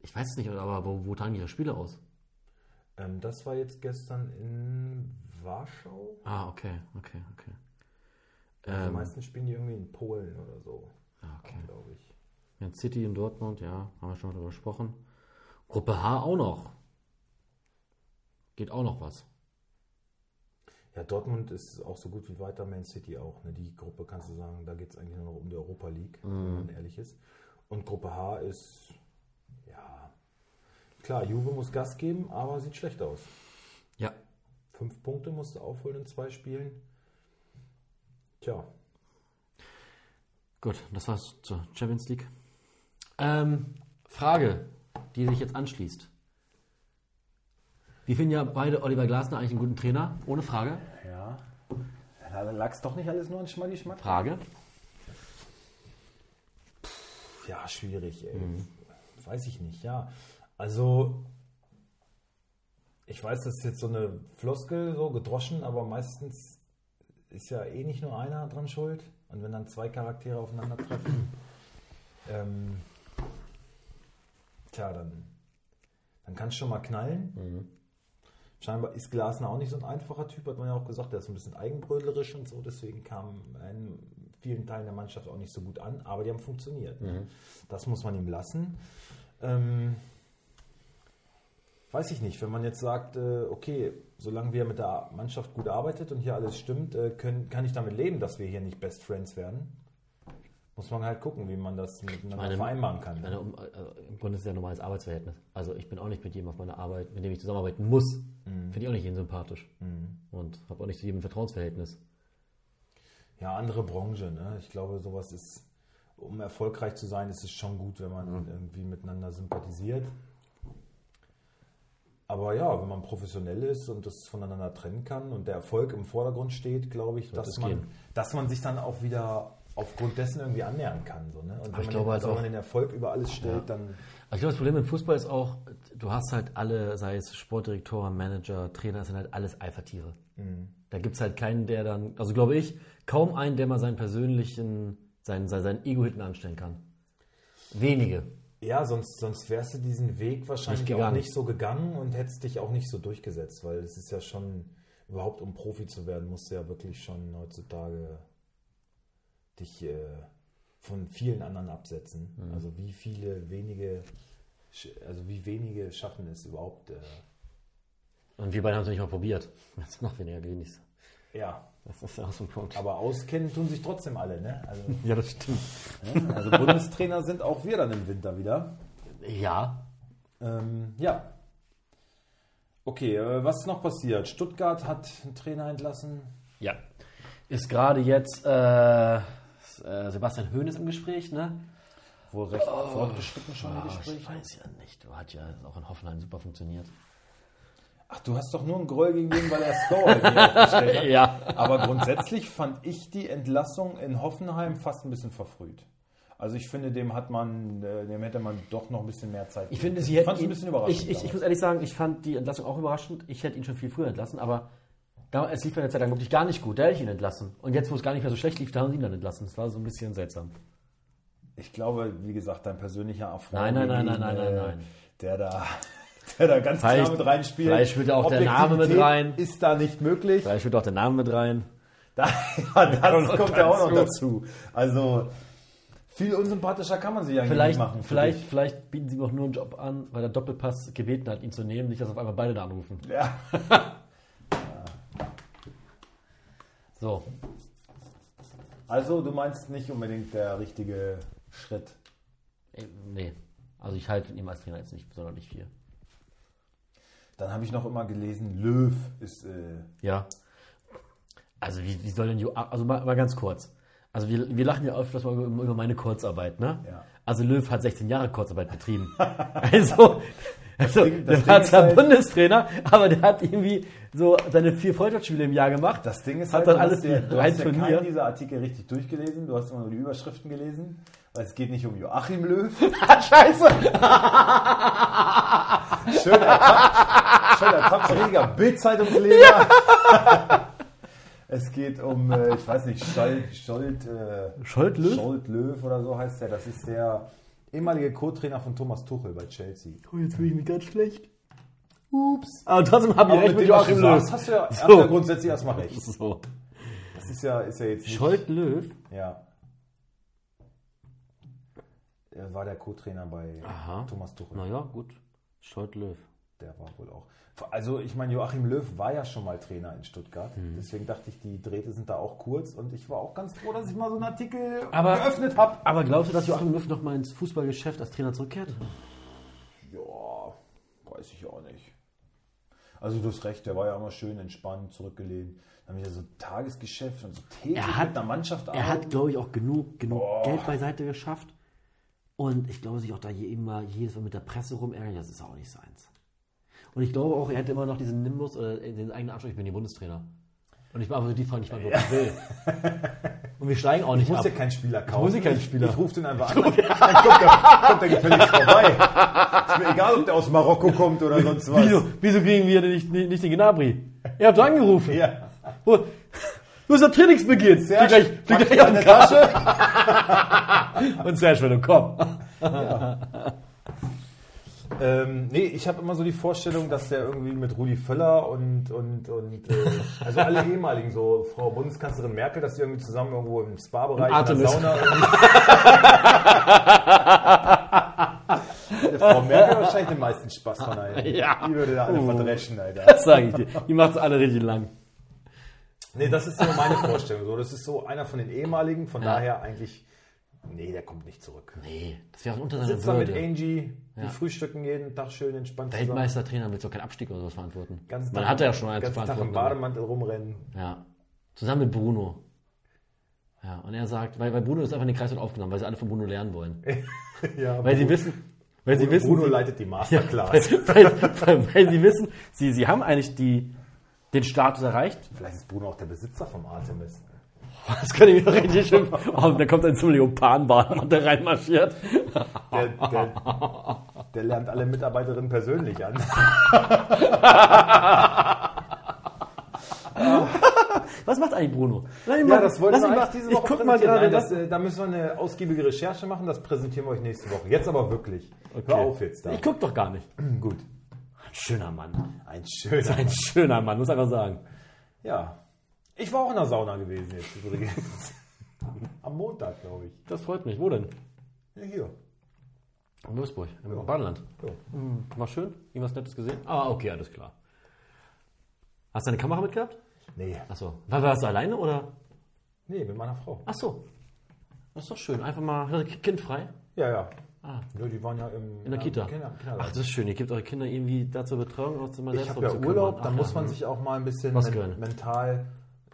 S2: ich weiß es nicht, aber wo, wo tragen ihre Spiele aus?
S1: Ähm, das war jetzt gestern in Warschau.
S2: Ah, okay, okay, okay.
S1: Die
S2: Ähm,
S1: meisten spielen die irgendwie in Polen oder so,
S2: ah, okay.
S1: glaube ich.
S2: Man City in Dortmund, ja, haben wir schon mal drüber gesprochen. Gruppe H auch noch. Geht auch noch was.
S1: Ja, Dortmund ist auch so gut wie weiter, Man City auch. Ne? Die Gruppe kannst du sagen, da geht es eigentlich nur noch um die Europa League,
S2: Mhm.
S1: wenn man ehrlich ist. Und Gruppe H ist, ja, klar, Juve muss Gas geben, aber sieht schlecht aus.
S2: Ja,
S1: Fünf Punkte musst du aufholen in zwei Spielen. Tja,
S2: gut, das war's zur Champions League. Ähm, Frage, die sich jetzt anschließt. Wir finden ja beide Oliver Glasner eigentlich einen guten Trainer, ohne Frage.
S1: Ja. Dann lag es doch nicht alles nur an Schmackgeschmack.
S2: Frage.
S1: Ja, schwierig, ey. Weiß ich nicht, ja. Also, ich weiß, das ist jetzt so eine Floskel, so gedroschen, aber meistens ist ja eh nicht nur einer dran schuld. Und wenn dann zwei Charaktere aufeinandertreffen, ähm, tja, dann, dann kann es schon mal knallen.
S2: Mhm.
S1: Scheinbar ist Glasner auch nicht so ein einfacher Typ, hat man ja auch gesagt, der ist ein bisschen eigenbrödlerisch und so, deswegen kam in vielen Teilen der Mannschaft auch nicht so gut an, aber die haben funktioniert.
S2: Mhm.
S1: ne? Das muss man ihm lassen. Ähm, weiß ich nicht, wenn man jetzt sagt, äh, okay, solange wir mit der Mannschaft gut arbeitet und hier alles stimmt, äh, können, kann ich damit leben, dass wir hier nicht Best Friends werden. Muss man halt gucken, wie man das miteinander
S2: meine,
S1: vereinbaren kann.
S2: Ich
S1: ne?
S2: meine, um, äh, Im Grunde ist es ja ein normales Arbeitsverhältnis. Also ich bin auch nicht mit jedem auf meiner Arbeit, mit dem ich zusammenarbeiten muss. Finde ich auch nicht jeden sympathisch. Und habe auch nicht zu jedem ein Vertrauensverhältnis.
S1: Ja, andere Branche, ne? Ich glaube, sowas ist, um erfolgreich zu sein, ist es schon gut, wenn
S2: Mhm.
S1: man irgendwie miteinander sympathisiert. Aber ja, wenn man professionell ist und das voneinander trennen kann und der Erfolg im Vordergrund steht, glaube ich, dass
S2: es
S1: man,
S2: gehen.
S1: dass man sich dann auch wieder aufgrund dessen irgendwie annähern kann. So, ne? Und wenn, man,
S2: ich glaube
S1: den,
S2: halt
S1: wenn man
S2: auch-
S1: den Erfolg über alles stellt, dann
S2: Also ich glaube, das Problem im Fußball ist auch, du hast halt alle, sei es Sportdirektoren, Manager, Trainer, das sind halt alles Alpha-Tiere. Da gibt es halt keinen, der dann, also glaube ich, kaum einen, der mal seinen persönlichen, seinen, sein, sein Ego hinten anstellen kann. Wenige.
S1: Ja, sonst, sonst wärst du diesen Weg wahrscheinlich
S2: Nicht
S1: auch
S2: gegangen.
S1: nicht so gegangen und hättest dich auch nicht so durchgesetzt, weil es ist ja schon, überhaupt um Profi zu werden, musst du ja wirklich schon heutzutage dich äh, von vielen anderen absetzen.
S2: Mhm.
S1: Also wie viele wenige, sch- also wie wenige schaffen es überhaupt. Äh,
S2: Und wir beide haben es nicht mal probiert. Das ist noch weniger wenig.
S1: ja,
S2: Das ist ja auch so ein Punkt.
S1: aber auskennen tun sich trotzdem alle, ne? Also,
S2: ja, das stimmt.
S1: ne? also Bundestrainer sind auch wir dann im Winter wieder.
S2: Ja,
S1: Ähm, ja. Okay, äh, was ist noch passiert? Stuttgart hat einen Trainer entlassen.
S2: Ja. Ist gerade jetzt äh, äh, Sebastian Hoeneß im Gespräch, ne?
S1: Wohl recht fortgeschritten schon die
S2: Ich
S1: Gespräche.
S2: weiß ja nicht. Du hat ja auch in Hoffenheim super funktioniert.
S1: Ach, du hast doch nur einen Groll gegen den, weil er Score nicht aufgestellt hat.
S2: Ja.
S1: Aber grundsätzlich fand ich die Entlassung in Hoffenheim fast ein bisschen verfrüht. Also ich finde, dem hat man, äh, dem hätte man doch noch ein bisschen mehr Zeit.
S2: Ich
S1: gegeben.
S2: finde, sie hätten
S1: Fand's ein
S2: ihn-
S1: bisschen überraschend.
S2: Ich, ich, ich
S1: damals.
S2: muss ehrlich sagen, ich fand die Entlassung auch überraschend. Ich hätte ihn schon viel früher entlassen, aber da, es lief ja eine Zeit lang wirklich gar nicht gut. Da hätte ich ihn entlassen. Und jetzt, wo es gar nicht mehr so schlecht lief, da haben sie ihn dann entlassen. Das war so ein bisschen seltsam.
S1: Ich glaube, wie gesagt, dein persönlicher Affront.
S2: Nein, nein, nein,
S1: gegen
S2: nein, nein,
S1: ihn,
S2: nein,
S1: äh,
S2: nein.
S1: Der da, der da ganz klar
S2: Vielleicht-
S1: mit reinspielt.
S2: vielleicht spielt auch der Name mit
S1: Objektivität
S2: rein.
S1: Ist da nicht möglich.
S2: Vielleicht wird auch der Name mit rein.
S1: Da, ja, das kommt ja auch noch dazu. Also viel unsympathischer kann man sich eigentlich
S2: Vielleicht,
S1: nicht machen. für
S2: vielleicht,
S1: dich.
S2: vielleicht bieten sie ihm auch nur einen Job an, weil der Doppelpass gebeten hat, ihn zu nehmen, nicht, dass auf einmal beide da anrufen.
S1: Ja.
S2: So,
S1: Also du meinst nicht unbedingt der richtige Schritt.
S2: Ey, Äh, Nee. Also ich halte von ihm als Trainer jetzt nicht sonderlich viel.
S1: Dann habe ich noch immer gelesen, Löw ist. Äh,
S2: Ja. Also wie, wie soll denn Jo- Also mal, mal ganz kurz. Also wir, wir lachen ja öfters mal über, über meine Kurzarbeit, ne?
S1: Ja.
S2: Also Löw hat 16 Jahre Kurzarbeit betrieben. also, also
S1: Ding- das
S2: der
S1: Ding
S2: war
S1: ist
S2: zwar
S1: halt-
S2: Bundestrainer, aber der hat irgendwie so seine vier Freundschaftsspiele im Jahr gemacht.
S1: das Ding ist halt,
S2: hat dann
S1: du hast
S2: alles
S1: dir- du
S2: rein
S1: hast ja
S2: Turnier.
S1: keinen dieser Artikel richtig durchgelesen. Du hast immer nur die Überschriften gelesen. Weil es geht nicht um Joachim Löw. Ah,
S2: Scheiße!
S1: Schöner Pappschläger, Bildzeitungsleser. Es geht um, äh, ich weiß nicht, Scholt, Scholt, äh,
S2: Scholt Löw?
S1: Scholt Löw oder so heißt der. Das ist der ehemalige Co-Trainer von Thomas Tuchel bei Chelsea.
S2: Oh, jetzt fühle ich mich ganz schlecht. Ups. Aber trotzdem habe ich recht mit
S1: dem, was
S2: Joachim
S1: du
S2: Löw.
S1: sagst, hast du ja, hast
S2: So.
S1: ja grundsätzlich erstmal recht.
S2: So.
S1: Das ist ja, ist ja jetzt nicht,
S2: Scholt Löw.
S1: ja. Er war der Co-Trainer bei
S2: Aha.
S1: Thomas Tuchel.
S2: Naja, gut. Scholt Löw.
S1: Der war wohl auch. Also ich meine, Joachim Löw war ja schon mal Trainer in Stuttgart.
S2: Mhm.
S1: Deswegen dachte ich, die Drähte sind da auch kurz. Und ich war auch ganz froh, dass ich mal so einen Artikel
S2: Aber-
S1: geöffnet habe.
S2: Aber glaubst du, dass Joachim Löw nochmal ins Fußballgeschäft als Trainer zurückkehrt?
S1: Ja, weiß ich auch nicht. Also du hast recht, der war ja immer schön entspannt, zurückgelehnt. Dann wieder so Tagesgeschäft und so täglich
S2: Er hat-
S1: mit einer Mannschaft
S2: Er hat,
S1: arbeiten.
S2: glaube ich, auch genug, genug
S1: Boah.
S2: Geld beiseite geschafft. Und ich glaube, sich auch da je, immer jedes Mal mit der Presse rumärgern, das ist auch nicht seins. Und ich glaube auch, er hat immer noch diesen Nimbus oder den eigenen Anspruch, ich bin hier Bundestrainer. Und ich beantworte die Frage nicht mal, ob ich will. Und wir steigen auch nicht
S1: Ich muss
S2: ab.
S1: ja keinen Spieler kaufen.
S2: muss ja keinen Spieler.
S1: Ich rufe den einfach an. Dann kommt der, kommt der gefälligst vorbei. Ist mir egal, ob der aus Marokko kommt oder sonst was.
S2: Wieso, wieso kriegen wir denn nicht, nicht, nicht den Gnabri? Ihr habt doch angerufen.
S1: Ja.
S2: Wo, du bist am Trainingsbeginn. Flieg
S1: Serge,
S2: gleich, flieg
S1: pack
S2: gleich auf
S1: deine
S2: den Tasche. Und Serge, wenn du komm.
S1: Ähm, nee, ich habe immer so die Vorstellung, dass der irgendwie mit Rudi Völler und, und, und äh, also alle ehemaligen, so Frau Bundeskanzlerin Merkel, dass die irgendwie zusammen irgendwo im
S2: Im
S1: Spa-Bereich in der
S2: Artemis.
S1: Sauna. irgendwie- Frau Merkel wahrscheinlich den meisten Spaß von allen.
S2: Ja.
S1: Die würde da alle
S2: Oh.
S1: verdreschen, Alter.
S2: Das sage ich dir. Die macht's alle richtig lang.
S1: Nee, das ist so meine Vorstellung. So, das ist so einer von den ehemaligen, von daher eigentlich, nee, der kommt nicht zurück.
S2: Nee, das wäre auch unter
S1: Sitzt
S2: seiner
S1: da mit
S2: Würde.
S1: Angie, die früstücken jeden Tag schön entspannt
S2: Der Weltmeister, Trainer willst du doch keinen Abstieg oder sowas verantworten.
S1: Ganzen
S2: Man
S1: Tag-
S2: hat ja schon eins
S1: ganzen Tag im
S2: verantworten.
S1: Bademantel rumrennen.
S2: Ja. Zusammen mit Bruno. Ja, und er sagt, weil, weil Bruno ist einfach in den Kreislauf aufgenommen, weil sie alle von Bruno lernen wollen.
S1: Ja,
S2: Weil sie wissen, weil sie wissen,
S1: Bruno
S2: sie-
S1: leitet die
S2: Ja,
S1: Masterclass.
S2: weil, weil, weil, weil sie wissen, sie, sie haben eigentlich die, den Status erreicht.
S1: Vielleicht ist Bruno auch der Besitzer vom Artemis.
S2: Das kann ich mir richtig schön. Oh, da kommt ein zum Leopardenbahn und der reinmarschiert.
S1: Der, der, der lernt alle Mitarbeiterinnen persönlich an.
S2: Was macht eigentlich Bruno? Lass ihn
S1: Ja,
S2: mal-
S1: das wollten
S2: lass
S1: wir
S2: ihn mal-
S1: eigentlich diese
S2: Ich
S1: Woche
S2: guck mal
S1: präsentieren.
S2: gerade.
S1: Nein, das,
S2: lass-
S1: äh, da müssen wir eine ausgiebige Recherche machen. Das präsentieren wir euch nächste Woche. Jetzt aber wirklich.
S2: Okay.
S1: Hör auf jetzt da. Hm,
S2: Ich guck doch gar nicht.
S1: Gut.
S2: Ein schöner Mann.
S1: Ein schöner.
S2: Ein schöner Mann, muss einfach sagen.
S1: Ja. Ich war auch in der Sauna gewesen jetzt übrigens. Am Montag, glaube ich.
S2: Das freut mich. Wo denn?
S1: Ja, hier.
S2: In Würzburg, im Badeland. Hm, War schön? Irgendwas Nettes gesehen? Ah, okay, alles klar. Hast du deine Kamera mitgehabt?
S1: Nee.
S2: Achso. War, warst du alleine oder?
S1: Nee, mit meiner Frau.
S2: Achso. Das ist doch schön. Einfach mal kindfrei.
S1: Ja, ja. Nö, die waren ja im,
S2: Ah.
S1: ähm,
S2: In der Kita.
S1: Kinder,
S2: Ach, das ist schön. Ihr gebt eure Kinder irgendwie dazu Betreuung, aus um dem
S1: Ich habe ja Urlaub, da muss man sich auch mal ein bisschen
S2: Was
S1: men-
S2: gönnen.
S1: mental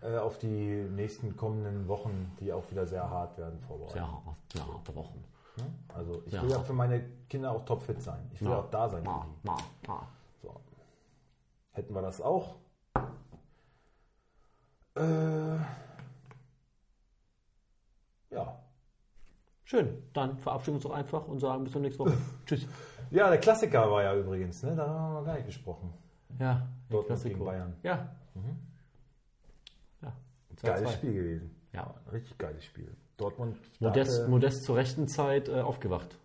S1: äh, auf die nächsten kommenden Wochen, die auch wieder sehr hart werden, vorbereiten.
S2: Ja, ja, der Wochen.
S1: Also ich
S2: Ja.
S1: will ja für meine Kinder auch topfit sein. Ich will
S2: Ja.
S1: auch da sein.
S2: Ma, ma, ma.
S1: So. Hätten wir das auch? Äh, ja.
S2: Schön. Dann verabschieden wir uns doch einfach und sagen bis zur nächsten Woche. Tschüss.
S1: Ja, der Klassiker war ja übrigens, ne? Da haben wir noch gar nicht gesprochen.
S2: Ja,
S1: Dortmund
S2: Klassiko.
S1: gegen Bayern. Mhm.
S2: Ja. ja. Zwei,
S1: Geiles
S2: zwei.
S1: Spiel gewesen.
S2: Ja.
S1: Richtig geiles Spiel. Dortmund starke,
S2: Modest, Modest zur rechten Zeit äh, aufgewacht.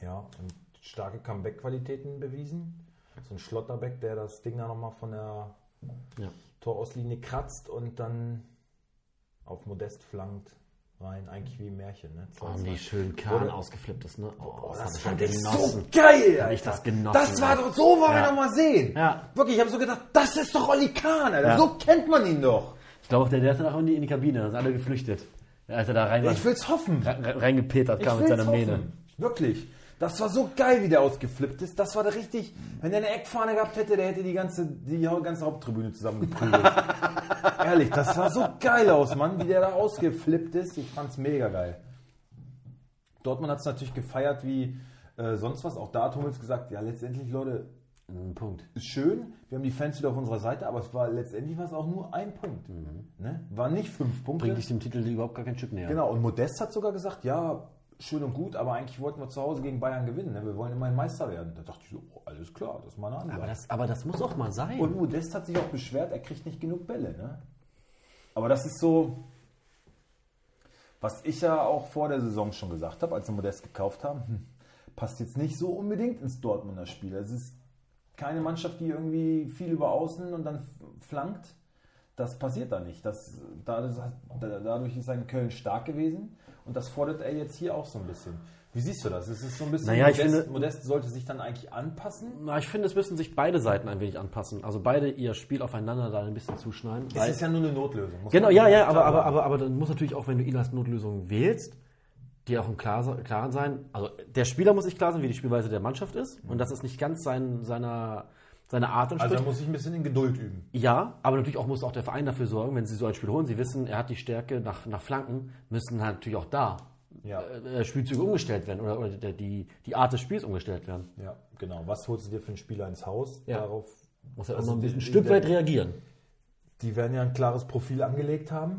S1: ja, und starke Comeback-Qualitäten bewiesen. So ein Schlotterbeck, der das Ding da nochmal von der
S2: Ja.
S1: Torauslinie kratzt und dann auf Modest flankt rein. Eigentlich wie ein Märchen. Ne?
S2: Oh,
S1: 2-2.
S2: wie schön Kahn
S1: Wurde-
S2: ausgeflippt ist, ne?
S1: Oh,
S2: hab
S1: das
S2: ich
S1: fand
S2: ja
S1: ich so
S2: genossen.
S1: geil, Alter.
S2: ich das genossen,
S1: Das war
S2: Alter.
S1: doch, so wollen wir
S2: Ja.
S1: doch mal sehen.
S2: Ja.
S1: Wirklich, ich habe so gedacht, das ist doch Olli Kahn, Alter.
S2: Ja.
S1: So kennt man ihn doch.
S2: Ich glaube, der, der ist dann auch in die, in die Kabine, da sind alle geflüchtet. Als er da rein war,
S1: Ich will's hoffen.
S2: re- re- reingepetert kam
S1: ich
S2: mit
S1: will's
S2: seiner
S1: hoffen.
S2: Mähne.
S1: Wirklich. Das war so geil, wie der ausgeflippt ist. Das war der richtig. Wenn der eine Eckfahne gehabt hätte, der hätte die ganze, die ganze Haupttribüne zusammengeprügelt. Ehrlich, das sah so geil aus, Mann, wie der da ausgeflippt ist. Ich fand's mega geil. Dortmund hat's natürlich gefeiert wie äh, sonst was. Auch da hat Hummels gesagt, ja, letztendlich, Leute,
S2: Hm, Punkt.
S1: ist schön, wir haben die Fans wieder auf unserer Seite, aber es war letztendlich war es auch nur ein Punkt. Ne? War nicht fünf Punkte.
S2: Mhm. Bringt dich dem Titel überhaupt gar kein Stück näher.
S1: Genau, und Modest hat sogar gesagt, ja, schön und gut, aber eigentlich wollten wir zu Hause gegen Bayern gewinnen. Ne? Wir wollen immerhin Meister werden. Da dachte ich so, oh, alles klar, das ist meine Ansage.
S2: Aber das, aber das muss auch mal sein.
S1: und Modest hat sich auch beschwert, er kriegt nicht genug Bälle. Ne? Aber das ist so, was ich ja auch vor der Saison schon gesagt habe, als wir Modest gekauft haben, hm, passt jetzt nicht so unbedingt ins Dortmunder Spiel. Es ist keine Mannschaft, die irgendwie viel über Außen und dann flankt. Das passiert da nicht. Das, dadurch, dadurch ist sein Köln stark gewesen und das fordert er jetzt hier auch so ein bisschen. Wie siehst du das? Es ist so ein bisschen,
S2: Naja, ich
S1: Modest,
S2: finde-
S1: Modest sollte sich dann eigentlich anpassen.
S2: Na, ich finde, es müssen sich beide Seiten ein wenig anpassen. Also beide ihr Spiel aufeinander da ein bisschen zuschneiden.
S1: Es ist ja nur eine Notlösung. muss
S2: Genau,
S1: man
S2: ja, ja,
S1: klar
S2: aber, aber,
S1: sagen.
S2: aber, aber dann muss natürlich auch, wenn du ihn als Notlösung wählst, dir auch im Klaren klar sein, also der Spieler muss sich klar sein, wie die Spielweise der Mannschaft ist und dass es nicht ganz sein, seiner, seiner Art
S1: Also
S2: entspricht.
S1: da muss ich ein bisschen in Geduld üben.
S2: ja, aber natürlich auch muss auch der Verein dafür sorgen, wenn sie so ein Spiel holen, sie wissen, er hat die Stärke nach, nach Flanken, müssen halt natürlich auch da
S1: Ja.
S2: äh, Spielzüge umgestellt werden oder, oder der- die, die Art des Spiels umgestellt werden.
S1: Ja, genau. Was holst du dir für einen Spieler ins Haus?
S2: Ja.
S1: Darauf.
S2: Muss ja auch
S1: Also
S2: mal ein, bisschen,
S1: die-
S2: ein Stück
S1: die-
S2: weit reagieren.
S1: Die werden ja ein klares Profil angelegt haben.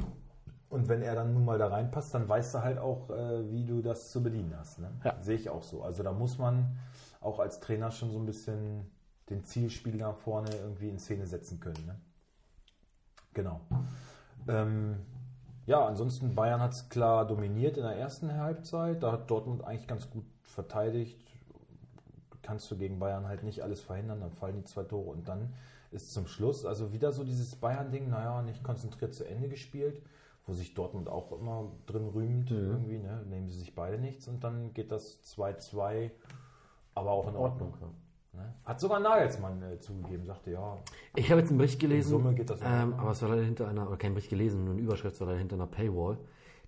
S1: Und wenn er dann nun mal da reinpasst, dann weißt du halt auch, äh, wie du das zu bedienen hast. Ne?
S2: Ja.
S1: Sehe ich auch so. Also da muss man auch als Trainer schon so ein bisschen den Zielspieler vorne irgendwie in Szene setzen können. Ne? Genau. Ähm, ja, ansonsten Bayern hat es klar dominiert in der ersten Halbzeit. Da hat Dortmund eigentlich ganz gut verteidigt. kannst du gegen Bayern halt nicht alles verhindern, dann fallen die zwei Tore und dann ist zum Schluss, also wieder so dieses Bayern-Ding, naja, nicht konzentriert zu Ende gespielt, wo sich Dortmund auch immer drin rühmt, irgendwie, ne, nehmen sie sich beide nichts und dann geht das 2-2, aber auch in Ordnung. Ne? Hat sogar Nagelsmann äh, zugegeben, sagte, ja,
S2: Ich habe jetzt einen Bericht gelesen.
S1: Summe geht das
S2: ähm,
S1: auch.
S2: aber es war leider hinter einer, oder kein Bericht gelesen, nur eine Überschrift, es war leider hinter einer Paywall.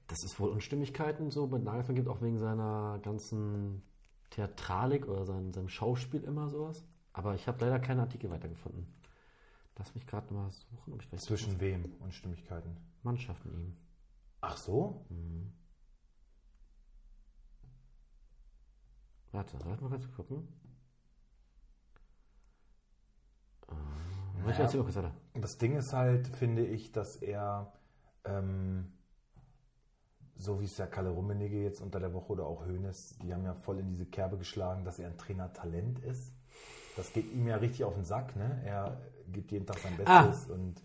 S2: Dass es wohl Unstimmigkeiten so bei Nagelsmann gibt, auch wegen seiner ganzen Theatralik oder seinem, seinem Schauspiel immer sowas. Aber ich habe leider keinen Artikel weitergefunden. Lass mich gerade mal suchen, ob ich vielleicht
S1: zwischen wem Unstimmigkeiten?
S2: Mannschaften ihm. hm.
S1: Ach so?
S2: Warte, warte mal kurz gucken. Ähm, ich erzähl mal kurz weiter.
S1: Das Ding ist halt, finde ich, dass er, ähm, so wie es ja Kalle Rummenigge jetzt unter der Woche oder auch Hoeneß, die haben ja voll in diese Kerbe geschlagen, dass er ein Trainertalent ist. Das geht ihm ja richtig auf den Sack, ne? Er gibt jeden Tag sein Bestes und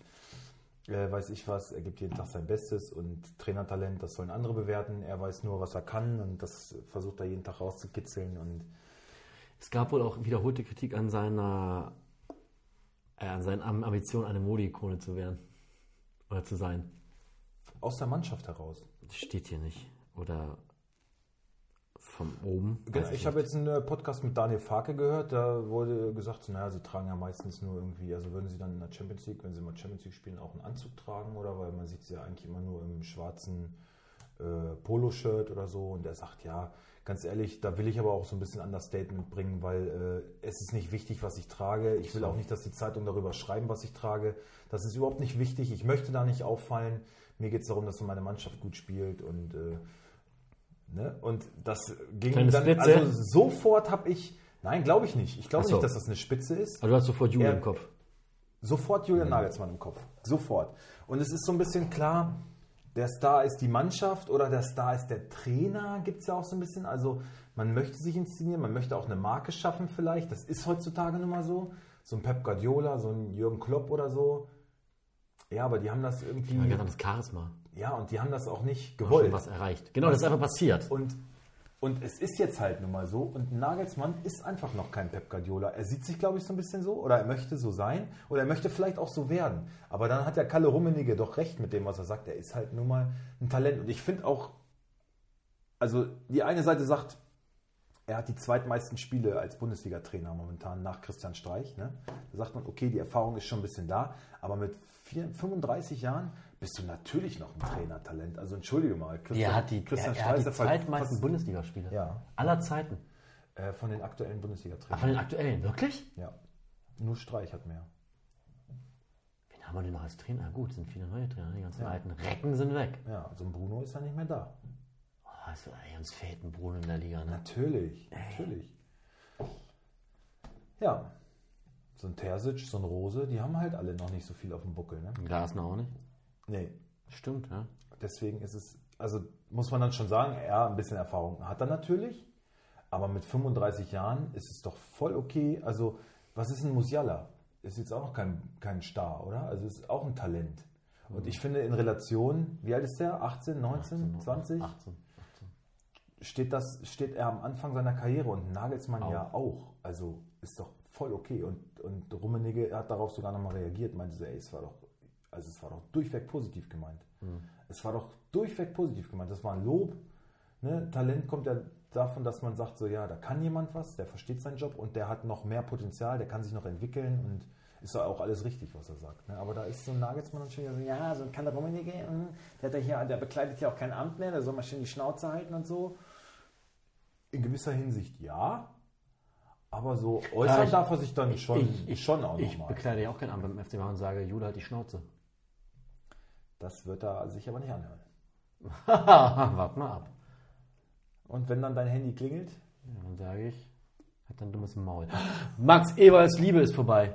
S1: äh, weiß ich was, er gibt jeden Tag sein Bestes und Trainertalent, das sollen andere bewerten. Er weiß nur, was er kann und das versucht er jeden Tag rauszukitzeln und
S2: Es gab wohl auch wiederholte Kritik an seiner äh, an seinen Am- Ambitionen, eine Modeikone zu werden. Oder zu sein.
S1: aus der Mannschaft heraus.
S2: Das steht hier nicht. Oder von oben. Also,
S1: Genau,
S2: Weiß
S1: ich
S2: nicht.
S1: habe jetzt einen äh, Podcast mit Daniel Farke gehört, da wurde gesagt, so, naja, sie tragen ja meistens nur irgendwie, also würden sie dann in der Champions League, wenn sie mal Champions League spielen, auch einen Anzug tragen oder weil man sieht sie ja eigentlich immer nur im schwarzen äh, Poloshirt oder so und er sagt, ja, ganz ehrlich, da will ich aber auch so ein bisschen Understatement bringen, weil äh, es ist nicht wichtig, was ich trage. Ich will auch nicht, dass die Zeitung darüber schreiben, was ich trage. Das ist überhaupt nicht wichtig. Ich möchte da nicht auffallen. Mir geht es darum, dass meine Mannschaft gut spielt und äh, Ne? Und das ging
S2: Kleine
S1: dann,
S2: Spitze.
S1: also sofort habe ich, nein, glaube ich nicht. Ich glaube
S2: Ach so.
S1: nicht, dass das eine Spitze ist.
S2: Aber also du hast sofort Jule
S1: Ja.
S2: im Kopf.
S1: Sofort Julian Nagelsmann im Kopf. Sofort. Und es ist so ein bisschen klar, der Star ist die Mannschaft oder der Star ist der Trainer, gibt es ja auch so ein bisschen. Also man möchte sich inszenieren, man möchte auch eine Marke schaffen vielleicht. Das ist heutzutage nun mal so. So ein Pep Guardiola, so ein Jürgen Klopp oder so. Ja, aber die haben das
S2: Ja,
S1: irgendwie,
S2: ganz anderes Charisma.
S1: ja, und die haben das auch nicht
S2: Hat schon
S1: gewollt.
S2: was erreicht. Genau, das ist einfach passiert.
S1: Und, und es ist jetzt halt nun mal so. Und Nagelsmann ist einfach noch kein Pep Guardiola. Er sieht sich, glaube ich, so ein bisschen so. Oder er möchte so sein. Oder er möchte vielleicht auch so werden. Aber dann hat ja Kalle Rummenigge doch recht mit dem, was er sagt. Er ist halt nun mal ein Talent. Und ich finde auch, also die eine Seite sagt, er hat die zweitmeisten Spiele als Bundesliga-Trainer momentan nach Christian Streich. Ne? Da sagt man, okay, die Erfahrung ist schon ein bisschen da, aber mit vier- 35 Jahren bist du natürlich noch ein Trainertalent. Also entschuldige mal, Christian,
S2: Er hat die, er,
S1: Christian
S2: er hat
S1: Streich
S2: die
S1: ist ja fast-
S2: zweitmeisten Bundesligaspiele.
S1: Ja.
S2: Aller Zeiten.
S1: äh, von den aktuellen
S2: Ah, von
S1: Bundesliga-Trainern.
S2: den aktuellen. Wirklich?
S1: Ja. Nur Streich hat mehr.
S2: Wen haben wir denn noch als Trainer? Ah, Gut, sind viele neue Trainer. Die ganzen alten Recken sind weg.
S1: Ja, also ein Bruno ist ja nicht mehr da.
S2: Oh, also, ey, uns fehlt ein Brunnen in der Liga. Ne?
S1: Natürlich, natürlich. Ja. So ein Terzic, so ein Rose, die haben halt alle noch nicht so viel auf dem Buckel, ne?
S2: Glasner auch nicht.
S1: Nee,
S2: Stimmt, ja.
S1: deswegen ist es, also muss man dann schon sagen, ja, ein bisschen Erfahrung hat er natürlich, aber mit 35 Jahren ist es doch voll okay. Also, was ist ein Musiala? Ist jetzt auch noch kein, kein Star, oder? Also ist auch ein Talent. Und ich finde in Relation, wie alt ist der? 18, 19, 20?
S2: 18.
S1: Steht, das, steht er am Anfang seiner Karriere und Nagelsmann ja auch. Also ist doch voll okay. Und, und Rummenigge hat darauf sogar nochmal reagiert, meinte so, ey, es war doch, also es war doch durchweg positiv gemeint. Es war doch durchweg positiv gemeint. Das war ein Lob. Ne? Talent kommt ja davon, dass man sagt, so ja, da kann jemand was, der versteht seinen Job und der hat noch mehr Potenzial, der kann sich noch entwickeln und ist ja auch alles richtig, was er sagt. Ne? Aber da ist so ein Nagelsmann dann schon wieder so, ja, so ein Kander Rummenigge, mm, der, hat ja hier, der bekleidet ja auch kein Amt mehr, der soll mal schön die Schnauze halten und so. In gewisser Hinsicht ja, aber so äußern
S2: Ja, ich-
S1: darf er sich dann schon, schon auch
S2: Ich
S1: nochmal.
S2: bekleide ja auch keinen Amt beim FC Bayern und sage, Jude hat die Schnauze.
S1: Das wird er sich aber nicht anhören.
S2: Warte mal ab.
S1: Und wenn dann dein Handy klingelt,
S2: Ja, dann sage ich, hat ein dummes Maul. Max Eberls Liebe ist vorbei.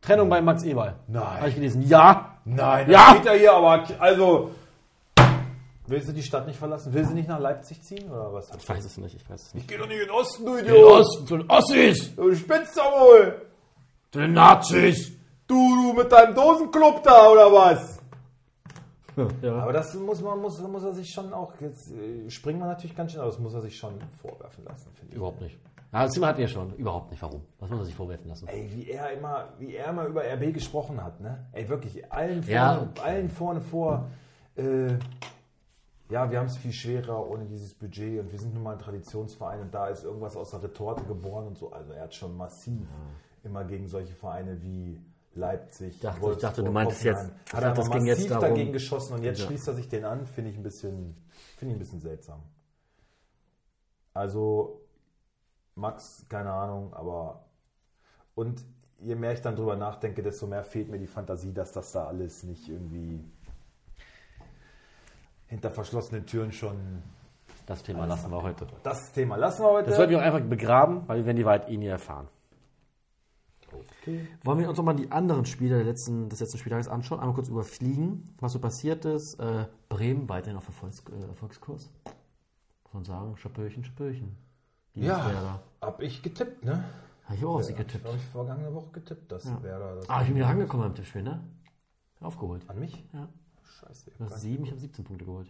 S2: Trennung bei Max Eberl.
S1: Nein.
S2: Habe ich gelesen. Ja.
S1: Nein,
S2: Ja!
S1: ja. geht er hier, aber also. Willst du die Stadt nicht verlassen? Willst du nicht nach Leipzig ziehen oder was?
S2: Ich weiß es nicht, ich weiß es nicht.
S1: Ich geh doch nicht in den Osten, du
S2: Den
S1: Idiot!
S2: Osten, zu den Ossis,
S1: Du spinnst doch wohl!
S2: zu den Nazis.
S1: Du, du mit deinem Dosenclub da oder was?
S2: Ja.
S1: Aber das muss man, muss, muss er sich schon auch. Jetzt äh, springen wir natürlich ganz schön, aber das muss er sich schon vorwerfen lassen, finde ich.
S2: Überhaupt nicht. Ja, das Thema hatten wir schon. Überhaupt nicht. Warum? Was muss er sich vorwerfen lassen?
S1: Ey, wie er immer, wie er immer über RB gesprochen hat, ne? Ey, wirklich, allen vorne,
S2: Ja.
S1: allen vorne vor, äh, ja, wir haben es viel schwerer ohne dieses Budget und wir sind nun mal ein Traditionsverein und da ist irgendwas aus der Retorte geboren und so. Also er hat schon massiv immer gegen solche Vereine wie Leipzig,
S2: dachte- Mhm. ich dachte, du meintest
S1: Hoffenheim,
S2: jetzt- ich
S1: hat
S2: dachte,
S1: er
S2: das
S1: das
S2: ging
S1: massiv
S2: jetzt darum.
S1: dagegen geschossen und jetzt schließt er sich den an, finde ich ein bisschen, finde ich ein bisschen seltsam. Also Max, keine Ahnung, aber und je mehr ich dann drüber nachdenke, desto mehr fehlt mir die Fantasie, dass das da alles nicht irgendwie hinter verschlossenen Türen schon
S2: Das Thema lassen wir heute.
S1: das Thema. Lassen wir heute.
S2: Das sollten wir auch einfach begraben, weil wir werden die Wahrheit eh nie erfahren. Wollen wir uns nochmal die anderen Spiele der letzten, des letzten Spieltages anschauen? Einmal kurz überfliegen, was so passiert ist. Äh, Bremen weiterhin auf Erfolgs äh, Erfolgskurs. Muss man sagen, Schapöchen, Schapöchen. Die
S1: ja,
S2: Werder.
S1: hab ich getippt, ne?
S2: Habe ich auch auf sie getippt.
S1: Habe ich vergangene Woche getippt, dass Werder das
S2: Ah, ich bin wieder angekommen beim Tippspiel, ne? Aufgeholt.
S1: an mich.
S2: Ja.
S1: Scheiße, ich
S2: Du
S1: hab
S2: hast sieben, ich habe 17 Punkte geholt.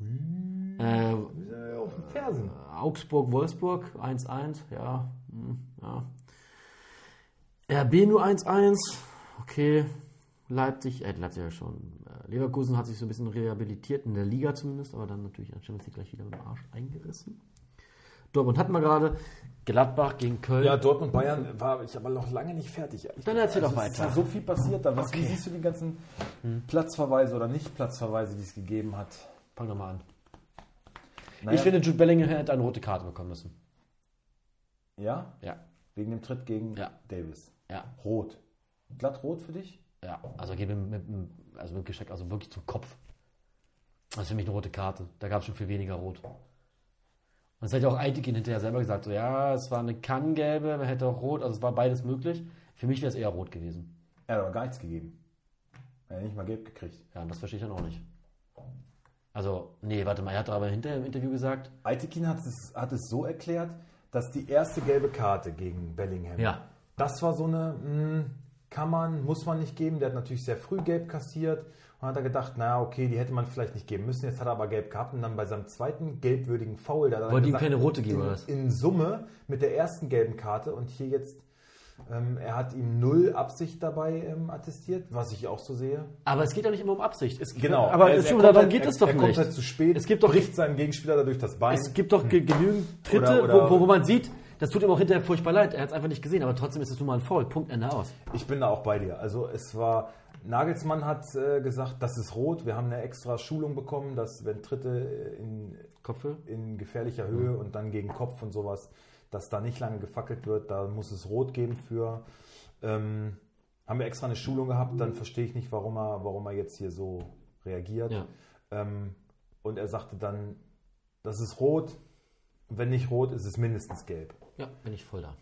S2: Äh,
S1: grad- auf den Fersen.
S2: Augsburg, Wolfsburg 1-1, ja. hm, ja. RB nur 1-1, okay. Leipzig, äh, Leipzig ja schon. Äh, Leverkusen hat sich so ein bisschen rehabilitiert, in der Liga zumindest, aber dann natürlich an Champions League gleich wieder mit dem Arsch eingerissen. Dortmund hatten wir gerade. Gladbach gegen Köln.
S1: Ja, Dortmund Bayern war ich aber noch lange nicht fertig. ehrlich
S2: Dann
S1: gesagt. Also,
S2: erzähl doch
S1: es ist
S2: weiter. Hm.
S1: ja so viel passiert da. Was, Wie siehst du die ganzen Platzverweise oder Nicht-Platzverweise, die es gegeben hat?
S2: Fang doch mal an.
S1: Naja,
S2: Ich finde, Jude Bellingham hätte eine rote Karte bekommen müssen.
S1: ja,
S2: Ja,
S1: wegen dem Tritt gegen
S2: Ja.
S1: Davis.
S2: ja,
S1: Rot. Glatt rot für dich?
S2: ja. Also geht mit, mit, mit, also mit gestreckt, also wirklich zum Kopf. Das ist für mich eine rote Karte. Da gab es schon viel weniger rot. Und es hat ja auch Eitikin hinterher selber gesagt, so ja, es war eine Kann-Gelbe, man hätte auch rot, also es war beides möglich. Für mich wäre es eher rot gewesen.
S1: Er hat aber gar nichts gegeben. Er hat nicht mal gelb gekriegt.
S2: Ja, und das verstehe ich dann auch nicht. Also, nee, warte mal, er hat aber hinterher im Interview gesagt,
S1: Aitekin hat es, hat es so erklärt, dass die erste gelbe Karte gegen Bellingham,
S2: Ja.
S1: das war so eine, mh, kann man, muss man nicht geben. Der hat natürlich sehr früh gelb kassiert und hat er gedacht, naja, okay, die hätte man vielleicht nicht geben müssen. Jetzt hat er aber gelb gehabt und dann bei seinem zweiten gelbwürdigen Foul, da hat er
S2: Wollte ihm
S1: gesagt,
S2: keine rote geben,
S1: in,
S2: oder was?
S1: in Summe mit der ersten gelben Karte und hier jetzt, ähm, er hat ihm null Absicht dabei ähm, attestiert, was ich auch so sehe.
S2: aber es geht doch nicht immer um Absicht. Es,
S1: Genau.
S2: Aber
S1: Er-
S2: es,
S1: er
S2: schon,
S1: kommt
S2: darum
S1: halt-
S2: geht
S1: er,
S2: es doch
S1: er
S2: nicht.
S1: Kommt halt zu spät,
S2: es gibt doch
S1: bricht seinem Gegenspieler dadurch das Bein.
S2: Es gibt doch ge- genügend
S1: Oder-
S2: Tritte,
S1: oder-
S2: wo, wo man sieht, das tut ihm auch hinterher furchtbar leid. Er hat es einfach nicht gesehen, aber trotzdem ist es nun mal ein Foul. Punkt, Ende aus.
S1: Ich bin da auch bei dir. Also es war, Nagelsmann hat äh, gesagt, das ist rot. Wir haben eine extra Schulung bekommen, dass wenn Tritte äh, in,
S2: Kopfhöhe?
S1: in gefährlicher Höhe und dann gegen Kopf und sowas, dass da nicht lange gefackelt wird, da muss es rot geben für. Ähm, haben wir extra eine Schulung gehabt, dann verstehe ich nicht, warum er, warum er jetzt hier so reagiert.
S2: Ja.
S1: Ähm, und er sagte dann, das ist rot. Wenn nicht rot, ist es mindestens gelb.
S2: Ja, bin ich voll da.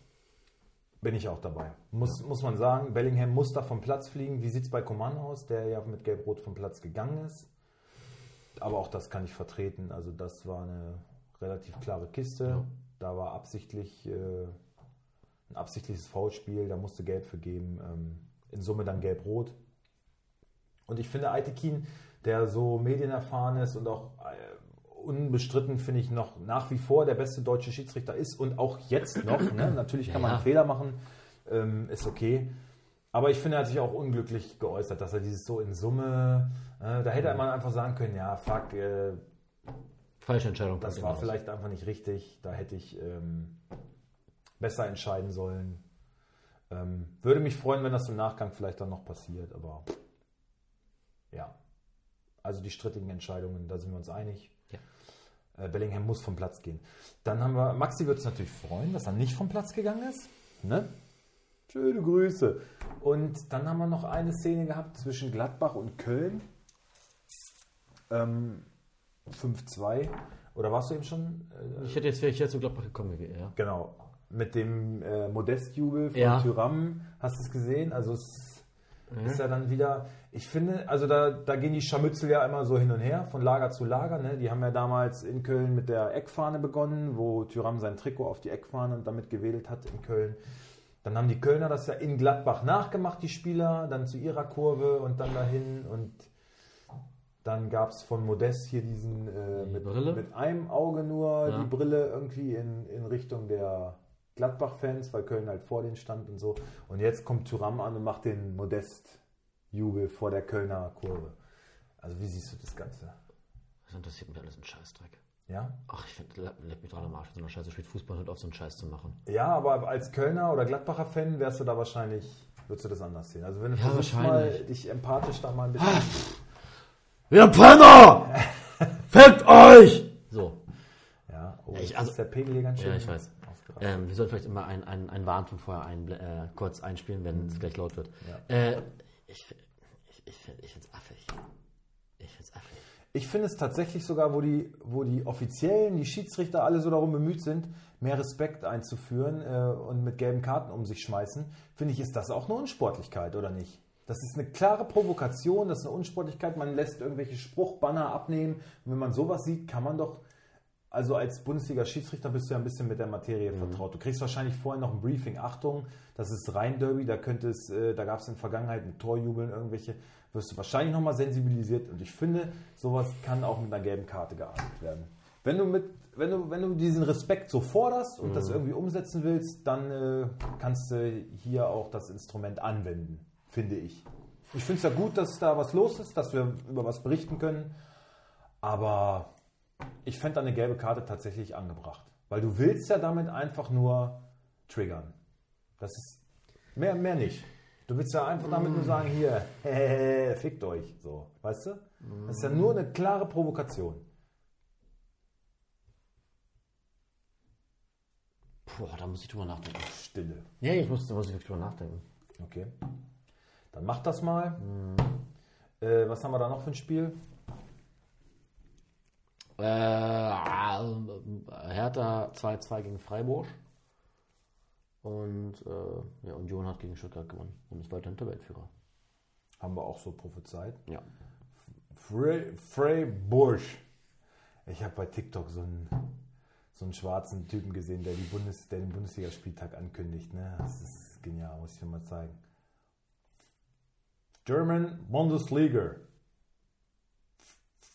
S1: Bin ich auch dabei. Muss, muss man sagen, Bellingham muss da vom Platz fliegen. Wie sieht es bei Coman aus, der ja mit Gelb-Rot vom Platz gegangen ist? Aber auch das kann ich vertreten. Also, das war eine relativ klare Kiste. Da war absichtlich äh, ein absichtliches Foulspiel. Da musste Gelb für geben. Ähm, in Summe dann Gelb-Rot. Und ich finde Aitekin, der so medienerfahren ist und auch äh, unbestritten, finde ich, noch nach wie vor der beste deutsche Schiedsrichter ist und auch jetzt noch. Ne? Natürlich kann man
S2: ja.
S1: einen Fehler machen, ähm, ist okay. Aber ich finde, er hat sich auch unglücklich geäußert, dass er dieses so in Summe, äh, da hätte man einfach sagen können, ja, fuck, äh,
S2: Falsche Entscheidung.
S1: das
S2: kommt
S1: war
S2: immer raus.
S1: vielleicht einfach nicht richtig. Da hätte ich ähm, besser entscheiden sollen. Ähm, würde mich freuen, wenn das im Nachgang vielleicht dann noch passiert, aber ja. Also die strittigen Entscheidungen, da sind wir uns einig.
S2: Ja.
S1: Äh, Bellingham muss vom Platz gehen. Dann haben wir, Maxi wird es natürlich freuen, dass er nicht vom Platz gegangen ist. Ne? Schöne Grüße. Und dann haben wir noch eine Szene gehabt zwischen Gladbach und Köln. Ähm, 5-2. Oder warst du eben schon? Äh,
S2: Ich hätte jetzt wäre ich jetzt zu Gladbach gekommen, ja.
S1: genau. Mit dem äh, Modestjubel von
S2: Ja.
S1: Tyram. Hast du es gesehen? Also es ist ja dann wieder. Ich finde, also da, da gehen die Scharmützel ja immer so hin und her, von Lager zu Lager. Ne? Die haben ja damals in Köln mit der Eckfahne begonnen, wo Tyram sein Trikot auf die Eckfahne und damit gewedelt hat in Köln. Dann haben die Kölner das ja in Gladbach nachgemacht, die Spieler, dann zu ihrer Kurve und dann dahin und dann gab es von Modest hier diesen äh,
S2: Die
S1: mit,
S2: Brille?
S1: mit einem Auge nur
S2: Ja.
S1: die Brille irgendwie in, in Richtung der Gladbach-Fans, weil Köln halt vor denen stand und so. Und jetzt kommt Thuram an und macht den Modest-Jubel vor der Kölner Kurve. Also wie siehst du das Ganze?
S2: Das interessiert mich alles ein Scheißdreck.
S1: Ja?
S2: Ach, ich finde, leck mich dran am Arsch, mit so einer Scheiße spielt Fußball halt auf, so einen Scheiß zu machen.
S1: Ja, aber als Kölner oder Gladbacher Fan wärst du da wahrscheinlich, würdest du das anders sehen. Also wenn du versuchst mal
S2: wahrscheinlich. Ah,
S1: dich empathisch da mal ein bisschen
S2: Ihr Penner! Fickt euch! So.
S1: Ja, oh,
S2: Ja, ich-
S1: jetzt
S2: also-
S1: ist der Pegel hier ganz schön.
S2: Ja, ich weiß.
S1: aufgeregt.
S2: Ähm, wir sollten vielleicht immer ein, ein, ein Warnton vorher ein, äh, kurz einspielen, wenn es gleich laut wird.
S1: Mhm. Ja.
S2: Äh, ich fi- ich, ich, fi- ich finde es affig. Ich finde es affig.
S1: Ich finde es tatsächlich sogar, wo die, wo die Offiziellen, die Schiedsrichter alle so darum bemüht sind, mehr Respekt einzuführen äh, und mit gelben Karten um sich schmeißen, finde ich, ist das auch eine Unsportlichkeit, oder nicht? Das ist eine klare Provokation, das ist eine Unsportlichkeit. Man lässt irgendwelche Spruchbanner abnehmen. Und wenn man sowas sieht, kann man doch, also als Bundesliga-Schiedsrichter bist du ja ein bisschen mit der Materie vertraut. Du kriegst wahrscheinlich vorher noch ein Briefing. Achtung, das ist Rhein-Derby, da könnte es, äh, da gab es in der Vergangenheit ein Torjubeln, irgendwelche, wirst du wahrscheinlich nochmal sensibilisiert. Und ich finde, sowas kann auch mit einer gelben Karte geahndet werden. Wenn du mit, wenn du, wenn du diesen Respekt so forderst und das irgendwie umsetzen willst, dann äh, kannst du hier auch das Instrument anwenden, finde ich. Ich finde es ja gut, dass da was los ist, dass wir über was berichten können. Aber ich fände eine gelbe Karte tatsächlich angebracht. Weil du willst ja damit einfach nur triggern. Das ist mehr, mehr nicht. Du willst ja einfach damit nur sagen, hier, fickt euch. So, weißt du? Das ist ja nur eine klare Provokation.
S2: Boah, da muss ich drüber nachdenken.
S1: Stille.
S2: Ja, ich muss, da muss ich wirklich drüber nachdenken.
S1: Okay. Dann mach das mal. Äh, was haben wir da noch für ein Spiel?
S2: Äh, Hertha 2-2 gegen Freiburg. Und äh, ja, Union hat gegen Stuttgart gewonnen und ist weiterhin Tabellenführer.
S1: Haben wir auch so prophezeit.
S2: Ja.
S1: Frey, Frey Bursch. Ich habe bei TikTok so einen, so einen schwarzen Typen gesehen, der, die Bundes, der den Bundesligaspieltag ankündigt. Ne? Das ist genial, muss ich dir mal zeigen. German Bundesliga.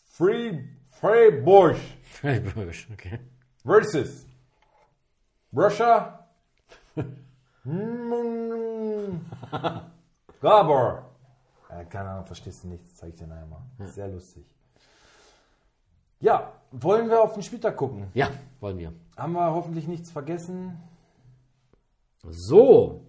S1: Free, Frey Bursch
S2: okay.
S1: versus Russia. Mm, Gabor. Äh, keine Ahnung, verstehst du nichts, zeig ich dir nachher mal. Sehr lustig. Ja, wollen wir auf den Spieltag gucken?
S2: Ja, wollen wir.
S1: Haben wir hoffentlich nichts vergessen?
S2: So,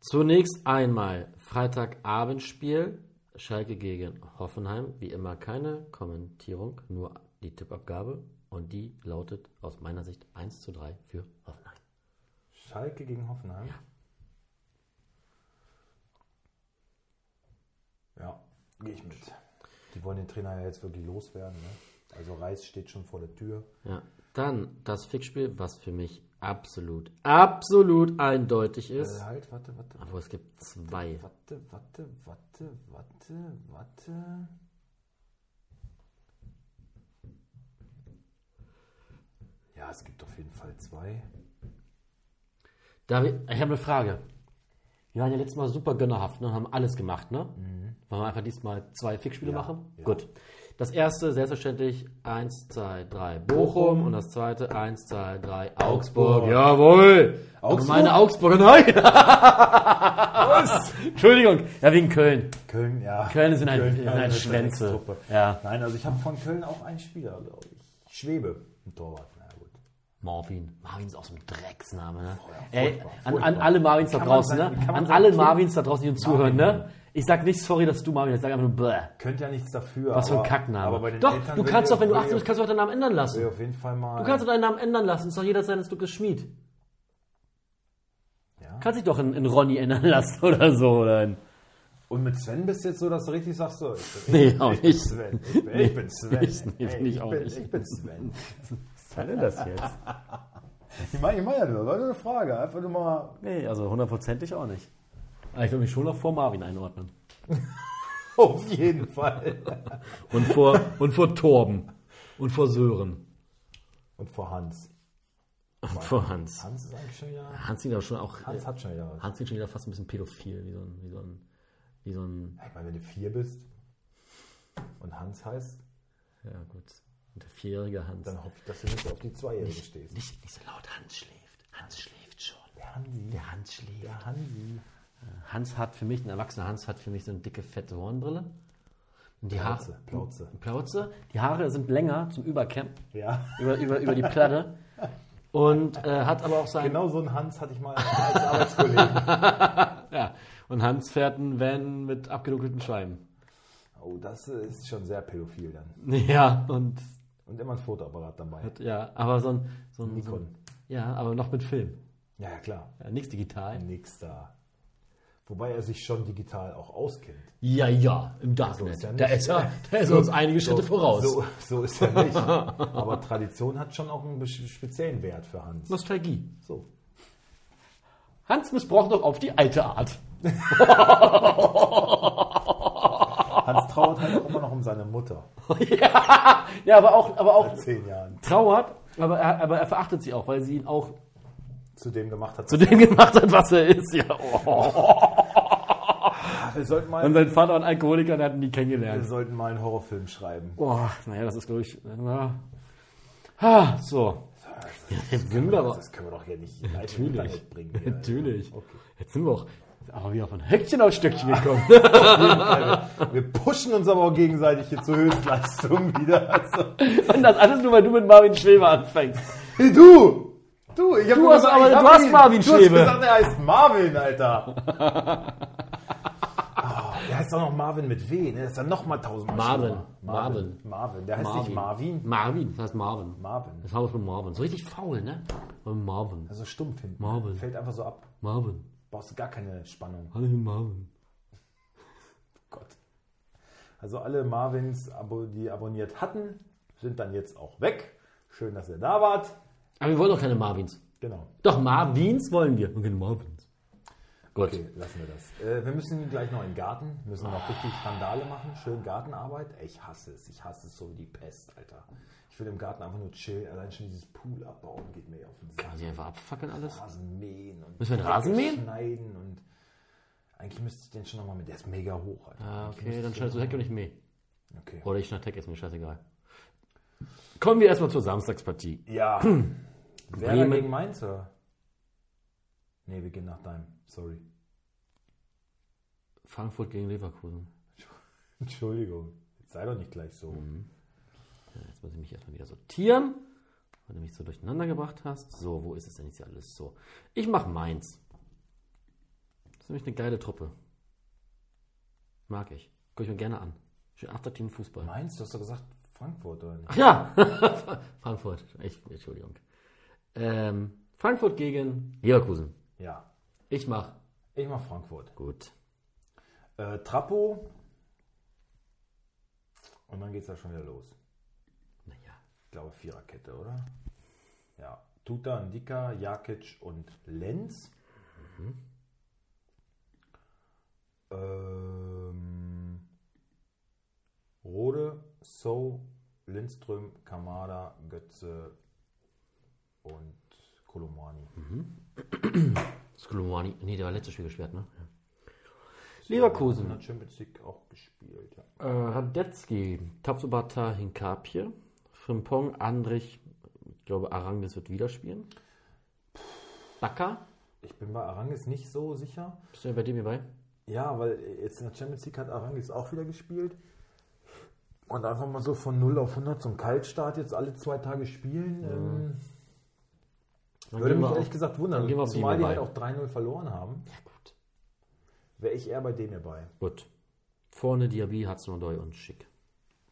S2: zunächst einmal Freitagabendspiel. Schalke gegen Hoffenheim. Wie immer keine Kommentierung, nur die Tippabgabe. Und die lautet aus meiner Sicht 1 zu 3 für Hoffenheim.
S1: Schalke gegen Hoffenheim. Ja, gehe ich mit. Die wollen den Trainer ja jetzt wirklich loswerden. Ne? Also Reis steht schon vor der Tür.
S2: Ja, dann das Fickspiel, was für mich absolut, absolut eindeutig
S1: Äh,
S2: ist.
S1: halt, warte, warte.
S2: Aber es gibt zwei.
S1: Warte, warte, warte, warte, warte. Ja, es gibt auf jeden Fall zwei.
S2: David, ich habe eine Frage. Wir waren ja letztes Mal super gönnerhaft ne, und haben alles gemacht, ne? Wollen wir einfach diesmal zwei Fickspiele machen? Gut. Das erste, selbstverständlich, 1, 2, 3 Bochum und das zweite, 1, 2, 3 Augsburg. Jawohl!
S1: Augsburg?
S2: Meine Augsburger, nein! Entschuldigung, ja, wegen Köln.
S1: Köln, ja.
S2: Köln sind halt- sind halt
S1: ist eine
S2: Schwänze.
S1: Ex-Truppe.
S2: Ja.
S1: Nein, also ich habe von Köln auch einen Spieler, glaube ich. Schwebe, ein Torwart. Na gut.
S2: Marvin. Marvin ist auch so ein Drecksname, ne?
S1: ja,
S2: Ey,
S1: furchtbar,
S2: an, an
S1: furchtbar.
S2: alle Marvins da
S1: Kann man
S2: draußen,
S1: sein-
S2: ne?
S1: kann man
S2: An
S1: sein
S2: alle
S1: Kind-
S2: Marvins da draußen, die uns zuhören,
S1: Marvin.
S2: ne? Ich sag nicht sorry, dass du Marvin, ich sag einfach nur bläh.
S1: Könnt ja nichts dafür.
S2: Was für ein
S1: aber-
S2: Kackname.
S1: Aber bei den
S2: doch,
S1: Eltern
S2: du
S1: will
S2: kannst
S1: ich-
S2: doch, wenn du
S1: will ich
S2: 18 bist, kannst du auch deinen Namen ändern
S1: will ich
S2: lassen.
S1: auf jeden Fall mal.
S2: Du kannst doch deinen Namen ändern lassen. Ist doch jeder seines Glückes Schmied.
S1: Ja.
S2: Kannst dich doch in, in Ronny ändern lassen oder so. Oder in
S1: und mit Sven bist du jetzt so, dass du richtig sagst, so, ich bin,
S2: nee, auch
S1: ich bin
S2: nicht.
S1: Sven. Ich bin, ich bin Sven.
S2: Ich- nee,
S1: Ey,
S2: bin ich auch
S1: bin,
S2: nicht.
S1: Ich bin Sven.
S2: Was soll denn das jetzt?
S1: Ich meine, ich meine ja nur, war nur eine Frage. Einfach nur mal.
S2: Nee, also hundertprozentig auch nicht. Aber Ah, ich will mich schon noch vor Marvin einordnen.
S1: Auf jeden Fall.
S2: Und vor, und vor Torben. Und vor Sören.
S1: Und vor Hans.
S2: Und vor Hans.
S1: Hans ist eigentlich schon wieder.
S2: Hans klingt aber schon auch. äh,
S1: Hans hat schon wieder was.
S2: Hans klingt schon wieder fast ein bisschen pädophil, wie so ein, wie so ein, wie so ein,
S1: Ich meine, wenn du vier bist und Hans heißt,
S2: ja gut, der vierjährige Hans.
S1: dann hoffe ich, dass du nicht auf die Zweijährige stehst.
S2: Nicht, nicht so laut, Hans schläft. Hans schläft schon.
S1: Der Hansi.
S2: Der Hans schläft. Äh,
S1: Der Hansi.
S2: Hans hat für mich, ein erwachsener Hans hat für mich so eine dicke, fette Hornbrille. Und die Haare.
S1: Plauze, Plauze.
S2: Plauze. Die Haare sind länger zum Überkämmen,
S1: Ja.
S2: über, über, über die Platte. Und äh, hat aber auch sein.
S1: Genau so einen Hans hatte ich mal als Arbeitskollegen.
S2: Ja. Und Hans fährt einen Van mit abgedunkelten Scheiben.
S1: Oh, das ist schon sehr pädophil dann.
S2: Ja, und
S1: Und immer ein Fotoapparat dabei.
S2: ja, aber so ein. So ein So ein
S1: Nikon.
S2: ja, aber noch mit Film.
S1: Ja, ja, klar.
S2: Ja, nichts digital.
S1: Nix da. Wobei er sich schon digital auch auskennt.
S2: Ja, ja, im Darknet. da ist er, da ist er uns einige Schritte voraus.
S1: So, so ist er nicht. Aber Tradition hat schon auch einen besch- speziellen Wert für Hans.
S2: Nostalgie.
S1: So.
S2: Hans missbraucht noch auf die alte Art.
S1: Hans trauert halt auch immer noch um seine Mutter.
S2: ja, ja, aber auch, aber auch
S1: Vor zehn Jahren.
S2: trauert, aber er, aber er verachtet sie auch, weil sie ihn auch
S1: Zu dem gemacht hat.
S2: zu dem gemacht hat, was er ist. Ja. Oh.
S1: wir, sollten
S2: Und
S1: mal,
S2: sein Vater ein Alkoholiker, der hat ihn nie
S1: wir
S2: kennengelernt.
S1: sollten mal einen Horrorfilm schreiben.
S2: Boah, Oh, naja, das ist, glaube ich. Na. Ah, so. Ja, jetzt sind wir aber.
S1: Das können wir doch hier nicht live im
S2: Natürlich.
S1: Internet bringen. Hier,
S2: Natürlich. Jetzt sind wir auch. Aber wieder von Höckchen auf Stöckchen gekommen.
S1: Also. Wir pushen uns aber auch gegenseitig hier zur Höchstleistung wieder. Also,
S2: Und das alles nur, weil du mit Marvin Schweber anfängst.
S1: hey, du! Du, ich hab
S2: Du
S1: nur
S2: hast aber-
S1: ich hab
S2: du hast
S1: ihn-
S2: Marvin
S1: du hast
S2: Schwebe.
S1: gesagt, er heißt Marvin, Alter. Oh, der heißt auch noch Marvin mit W, ne? Das ist dann nochmal tausendmal
S2: Marvin.
S1: schlimmer. Marvin. Marvin. Der heißt nicht Marvin.
S2: Marvin, das heißt Marvin.
S1: Marvin.
S2: Das haben wir von Marvin. So richtig faul, ne? Marvin.
S1: Also stumpf hinten.
S2: Marvin.
S1: Fällt einfach so ab.
S2: Marvin.
S1: Brauchst gar keine Spannung. Oh
S2: Hallo Marvin.
S1: Gott. Also alle Marvins, abo- die abonniert hatten, sind dann jetzt auch weg. Schön, dass ihr da wart.
S2: Aber wir wollen doch keine Marvins.
S1: Genau.
S2: Doch, Marvins wollen wir. Und keine Marvins. Gut.
S1: Okay, lassen wir das. Äh, wir müssen gleich noch in den Garten, müssen noch richtig Randale machen, schön Gartenarbeit. Ey, ich hasse es, ich hasse es so wie die Pest, Alter. Ich will im Garten einfach nur chillen, allein schon dieses Pool abbauen geht mir auf den Sack.
S2: Kann man die einfach abfackeln alles?
S1: Rasen mähen und
S2: Müssen wir den Rasen mähen?
S1: schneiden und eigentlich müsste ich den schon nochmal mit, der ist mega hoch, Alter.
S2: Ah,
S1: Eigentlich
S2: okay,
S1: müsste
S2: dann
S1: ich-
S2: schneidest du Heck und nicht mehr.
S1: Okay.
S2: Oder ich schneide Heck, ist mir scheißegal. Kommen wir erstmal zur Samstagspartie.
S1: Ja. Wer
S2: Bremen.
S1: dagegen Mainz, oder? Nee, wir gehen nach deinem. Sorry.
S2: Frankfurt gegen Leverkusen.
S1: Entschuldigung. Jetzt sei doch nicht gleich so.
S2: Mhm. Jetzt muss ich mich erstmal wieder sortieren, weil du mich so durcheinander gebracht hast. So, wo ist es denn jetzt hier alles so? Ich mache meins. Das ist nämlich eine geile Truppe. Mag ich. Guck ich mir gerne an. Schön attraktiven Fußball.
S1: Mainz, du hast doch gesagt Frankfurt, oder nicht?
S2: Ach ja! Frankfurt. Ich, Entschuldigung. Ähm, Frankfurt gegen Leverkusen.
S1: Ja.
S2: Ich mach
S1: Ich mach Frankfurt.
S2: gut.
S1: Äh, Trappo. Und dann geht's ja schon wieder los.
S2: Naja.
S1: Ich glaube, Viererkette, oder? Ja. Tuta, Ndika, Jakic und Lenz.
S2: Mhm.
S1: Ähm, Rode, So, Lindström, Kamada, Götze und Kolomani.
S2: Mhm. Skolomani. Nee, der war letztes Spiel gesperrt, ne? Ja. Leverkusen.
S1: hat Champions League auch gespielt. Ja.
S2: Äh, Radetzky, Tapsobata, Hinkapje, Frimpong, Andrich, ich glaube Arangis wird wieder spielen. Baka,
S1: Ich bin bei Arangis nicht so sicher.
S2: bist du ja bei dem hier bei?
S1: Ja, weil jetzt in der Champions League hat Arangis auch wieder gespielt. Und einfach mal so von 0 auf 100 zum Kaltstart jetzt alle zwei Tage spielen. Ähm,
S2: Dann
S1: würde
S2: gehen
S1: mich
S2: wir
S1: ehrlich
S2: auf-
S1: gesagt
S2: dann gehen wir
S1: wundern.
S2: auf die
S1: Zumal die halt
S2: vorbei.
S1: auch 3-0 verloren haben,
S2: Ja, gut.
S1: wäre ich eher bei dem hier bei.
S2: Gut. Vorne Diaby, Hatznodoy und Schick.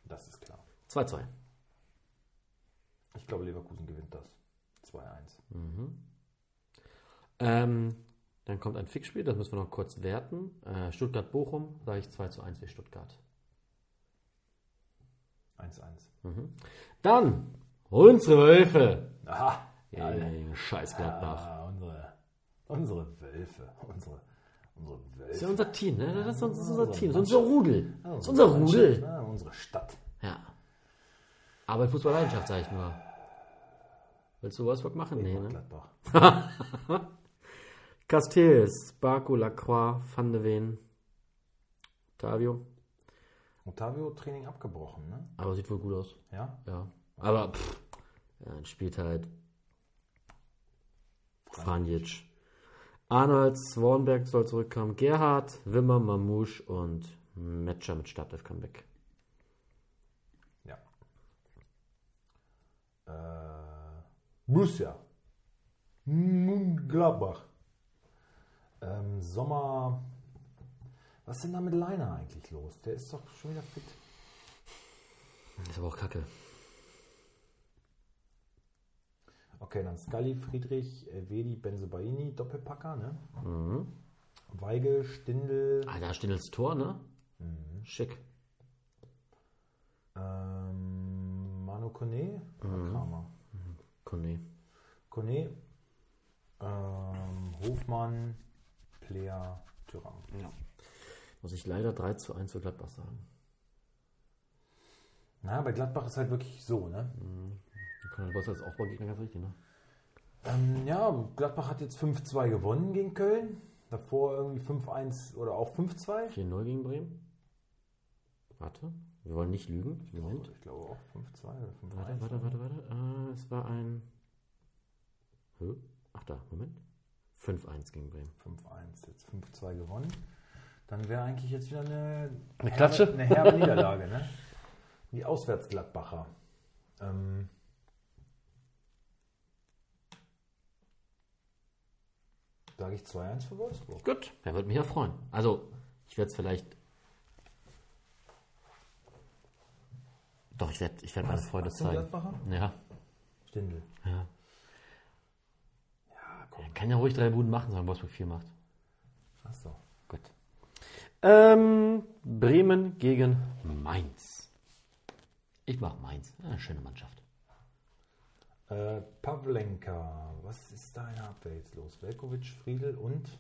S1: Das ist klar.
S2: 2-2.
S1: Ich glaube, Leverkusen gewinnt das. 2-1.
S2: Ähm, dann kommt ein Fixspiel, das müssen wir noch kurz werten. Äh, Stuttgart-Bochum, sage ich 2 zu 1 für Stuttgart.
S1: 1-1.
S2: Dann unsere Wölfe.
S1: Aha!
S2: Ja, ja, ja, Scheiß Gladbach.
S1: Ah, unsere, unsere Wölfe. Unsere, unsere Wölfe.
S2: Das ist ja unser Team, ne? Das ist unser, das ist unser Team, das ist unser Rudel. Das ist unser
S1: Mannschaft,
S2: Rudel.
S1: Ne? Unsere Stadt.
S2: Oh, Ja. Aber in Fußballleidenschaft, sage ich nur. Willst du Wolfsburg machen? Nee, ne?
S1: Gladbach.
S2: Castells, Baku, Lacroix, Van de Ven, Tavio.
S1: Otavio Training abgebrochen, ne?
S2: Aber sieht wohl gut aus.
S1: Ja?
S2: Ja. Aber pff, ja, dann spielt halt Franjic. Arnold Swornberg soll zurückkommen. Gerhard, Wimmer, Mamouche und Metscher mit Startelf Comeback.
S1: Ja. Äh, Borussia. Mönchengladbach. Ähm, Sommer. Was ist denn da mit Leiner eigentlich los? Der ist doch schon wieder fit.
S2: Ist aber auch kacke.
S1: Okay, dann Scully, Friedrich, äh, Vedi, Benzobaini, Doppelpacker, ne? Weigel, Stindel.
S2: Ah, da steht das Tor, ne? Schick.
S1: Ähm, Manu Kone. Kramer.
S2: Kone.
S1: Kone. Ähm, Hofmann, Player, Thüram.
S2: Muss ich leider 3 zu 1 für Gladbach sagen.
S1: Na, bei Gladbach ist halt wirklich so, ne?
S2: Die können halt Wolfsburg als Aufbaugegner ganz richtig, ne?
S1: Ähm, ja, Gladbach hat jetzt 5-2 gewonnen gegen Köln. Davor irgendwie 5-1 oder auch 5-2.
S2: 4-0 gegen Bremen. Warte. Wir wollen nicht lügen. Moment.
S1: Ich glaube auch 5-2 oder 5-1.
S2: Warte, warte, warte, warte. Äh, es war ein. Hö? Ach da, Moment. 5-1 gegen Bremen.
S1: 5-1, jetzt 5-2 gewonnen. Dann wäre eigentlich jetzt wieder eine,
S2: Eine Klatsche?
S1: herbe- eine herbe Niederlage, ne? Die Auswärtsgladbacher. Ähm, Sage ich 2-1 für Wolfsburg.
S2: Gut. Wer würde mich ja freuen. Also, ich werde es vielleicht. Doch, ich werde ich werd meine Freude
S1: hast du
S2: zeigen.
S1: Gladbacher?
S2: Ja.
S1: Stindel.
S2: ja. Er kann ja ruhig drei Buden machen, solange Wolfsburg vier macht.
S1: Achso.
S2: Gut. Ähm, Bremen gegen Mainz. Ich mache Mainz. Eine schöne Mannschaft.
S1: Äh, Pavlenka. Was ist da in der Abwehr jetzt los? Velkovic, Friedel und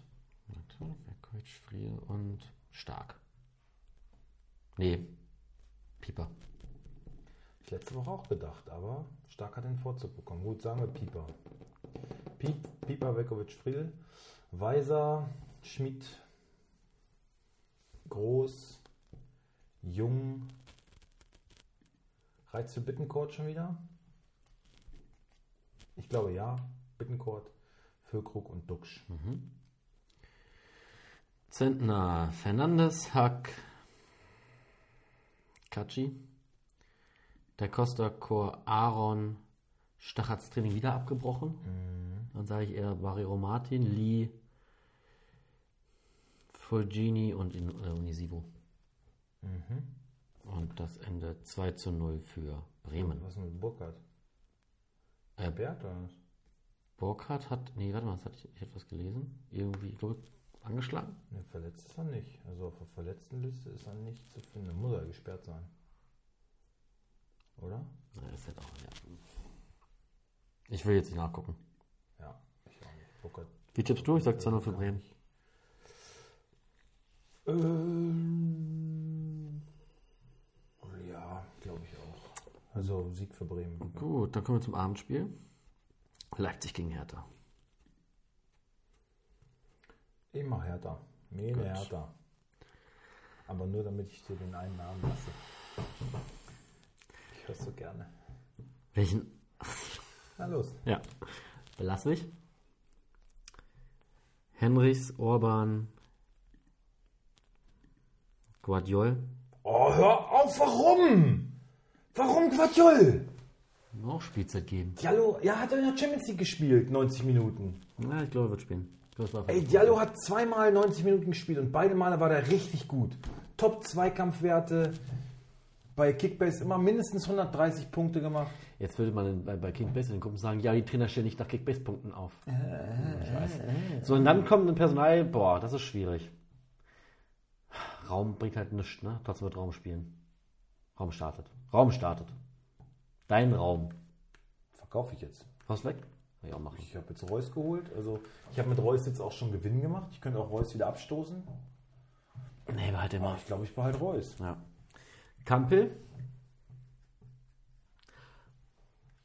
S2: Warte, Bergkreuz, Friel und Stark. Nee, Pieper.
S1: ich letzte Woche auch gedacht, aber Stark hat den Vorzug bekommen. Gut, sagen wir Pieper. Piep, Pieper, Velkovic, Friedel. Weiser, Schmidt, Groß, Jung. Reizt für Bittencourt schon wieder? Ich glaube ja. Bittencourt, Füllkrug und Duxch.
S2: Zentner, Fernandes, Hack, Katschi, Da Costa, Chor, Aaron, Stach hat's Training wieder abgebrochen. Dann sage ich eher Barrio Martin, Lee, Fulgini und in, äh, Unisivo. Und das Ende 2 zu 0 für Bremen.
S1: Was ist denn mit Burkhardt?
S2: Äh,
S1: Bert oder was?
S2: Burkhardt hat, nee, warte mal, das hatte ich, ich hab was gelesen. Irgendwie, ich glaube, angeschlagen.
S1: Ne, verletzt ist er nicht. Also auf der verletzten Liste ist er nicht zu finden. Muss er gesperrt sein. Oder?
S2: Na, das ist halt auch, ja. Ich will jetzt nicht nachgucken.
S1: Ja, ich auch nicht. Burkhardt.
S2: Wie tippst du? Ich sag 2-0 für Bremen.
S1: Ähm, Oh ja, glaube ich auch. Also Sieg für Bremen.
S2: Gut, dann kommen wir zum Abendspiel. Leipzig gegen Hertha.
S1: Immer härter. Mene härter. Aber nur damit ich dir den einen Namen lasse. Ich höre so gerne.
S2: Welchen?
S1: Na los.
S2: Ja. Belass mich. Henrichs, Orban, Guardiol.
S1: Oh, hör auf, warum? Warum Quatschol?
S2: Muss Auch Spielzeit geben.
S1: Diallo, ja, hat er in der Champions League gespielt, 90 Minuten.
S2: Ja, ich glaube, er wird spielen. Ich glaube, es war
S1: Ey, Diallo hat zweimal 90 Minuten gespielt und beide Male war der richtig gut. Top Zweikampfwerte, bei Kickbase immer mindestens 130 Punkte gemacht.
S2: Jetzt würde man bei, bei Kickbase in den Gruppen sagen, ja, die Trainer stellen nicht nach Kickbase-Punkten auf. Ich weiß. So, und dann kommt ein Personal, boah, das ist schwierig. Raum bringt halt nichts, ne? Trotzdem wird Raum spielen. Raum startet. Raum startet. Dein Raum.
S1: Verkaufe ich jetzt.
S2: Haust weg? Kann ich auch machen.
S1: Ich habe jetzt Reus geholt. Also ich habe mit Reus jetzt auch schon Gewinn gemacht. Ich könnte auch Reus wieder abstoßen.
S2: Nee, behalt den
S1: Aber
S2: mal.
S1: ich glaube, ich behalte Reus.
S2: Ja. Kampel.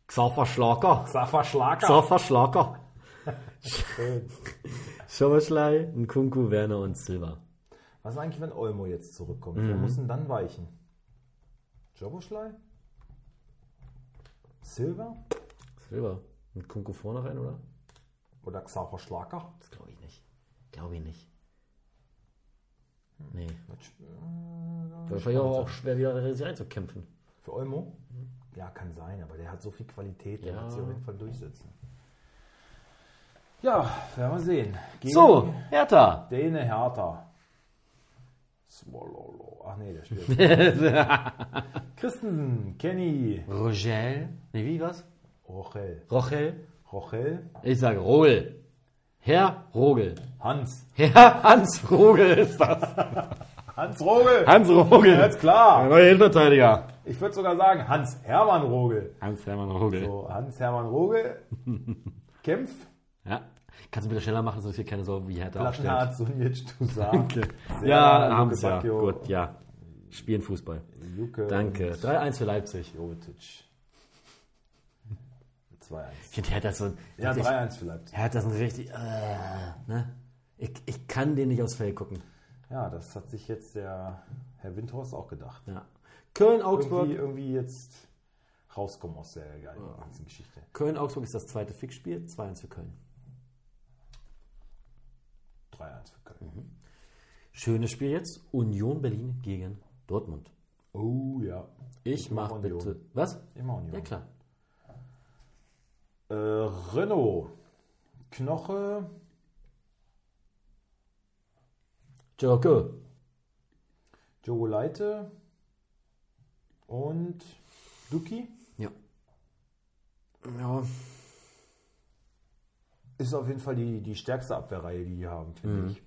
S2: Xaver Schlager.
S1: Safa Schlager.
S2: Xaver Schlager.
S1: Schön.
S2: Schoberschlei, Nkunku, Werner und Silva.
S1: Was ist eigentlich, wenn Olmo jetzt zurückkommt? Wer muss denn dann weichen? Joboschlei? Silver?
S2: Silva. Nkunku vorne rein, oder?
S1: Oder Xaver Schlager?
S2: Das glaube ich nicht. Glaube ich nicht. Nee. Wahrscheinlich auch, auch schwer, wieder sich einzukämpfen.
S1: Für Olmo? Ja, kann sein, aber der hat so viel Qualität, der
S2: Ja.
S1: wird sich auf jeden Fall durchsetzen. Ja, werden wir sehen. Gegen
S2: So, Hertha.
S1: Däne Hertha. Swallow. Ach nee, der spielt. Christensen, Kenny,
S2: Rogel. Nee, wie was?
S1: Rochel.
S2: Rochel?
S1: Rochel?
S2: Ich sage Rogel. Herr Rogel.
S1: Hans.
S2: Herr Hans Rogel ist das.
S1: Hans Rogel!
S2: Hans
S1: Ja,
S2: Rogel.
S1: ist klar.
S2: neuer Innenverteidiger.
S1: Ich würde sogar sagen, Hans-Hermann Rogel.
S2: Hans-Hermann Rogel.
S1: So, Hans-Hermann Rogel, Kempf,
S2: Ja. Kannst du bitte schneller machen, sonst hier keine Sorge, wie Hertha aufstellt.
S1: Plattenhardt, Sunic, Toussaint,
S2: Ja,
S1: Luke
S2: haben sie ja.
S1: Bacchio.
S2: Gut, ja. Spielen Fußball.
S1: Juke,
S2: Danke. 3-1 für Leipzig.
S1: Jovetic. 2-1.
S2: Ich finde, Hertha ist so ein...
S1: Ja,
S2: wirklich-
S1: 3-1 vielleicht.
S2: Hertha ist ein richtig... Äh, ne? ich, ich kann den nicht aufs Feld gucken.
S1: Ja, das hat sich jetzt der Herr Windhorst auch gedacht.
S2: Ja. Köln,
S1: Irgendwie,
S2: Augsburg.
S1: irgendwie jetzt rauskommen aus der ganzen Geschichte.
S2: Köln, Augsburg ist das zweite Fixspiel. 2-1 für Köln.
S1: 3-1 für
S2: Mhm.
S1: Köln.
S2: Schönes Spiel jetzt. Union Berlin gegen Dortmund.
S1: Oh ja.
S2: Ich
S1: mach
S2: mach
S1: Union.
S2: bitte... Was?
S1: Immer Union.
S2: Ja, klar.
S1: Äh, Renault. Knoche,
S2: Joko.
S1: Joe Leite und Duki.
S2: Ja. Ja.
S1: Ist auf jeden Fall die, die stärkste Abwehrreihe, die die haben, finde
S2: Mhm.
S1: ich.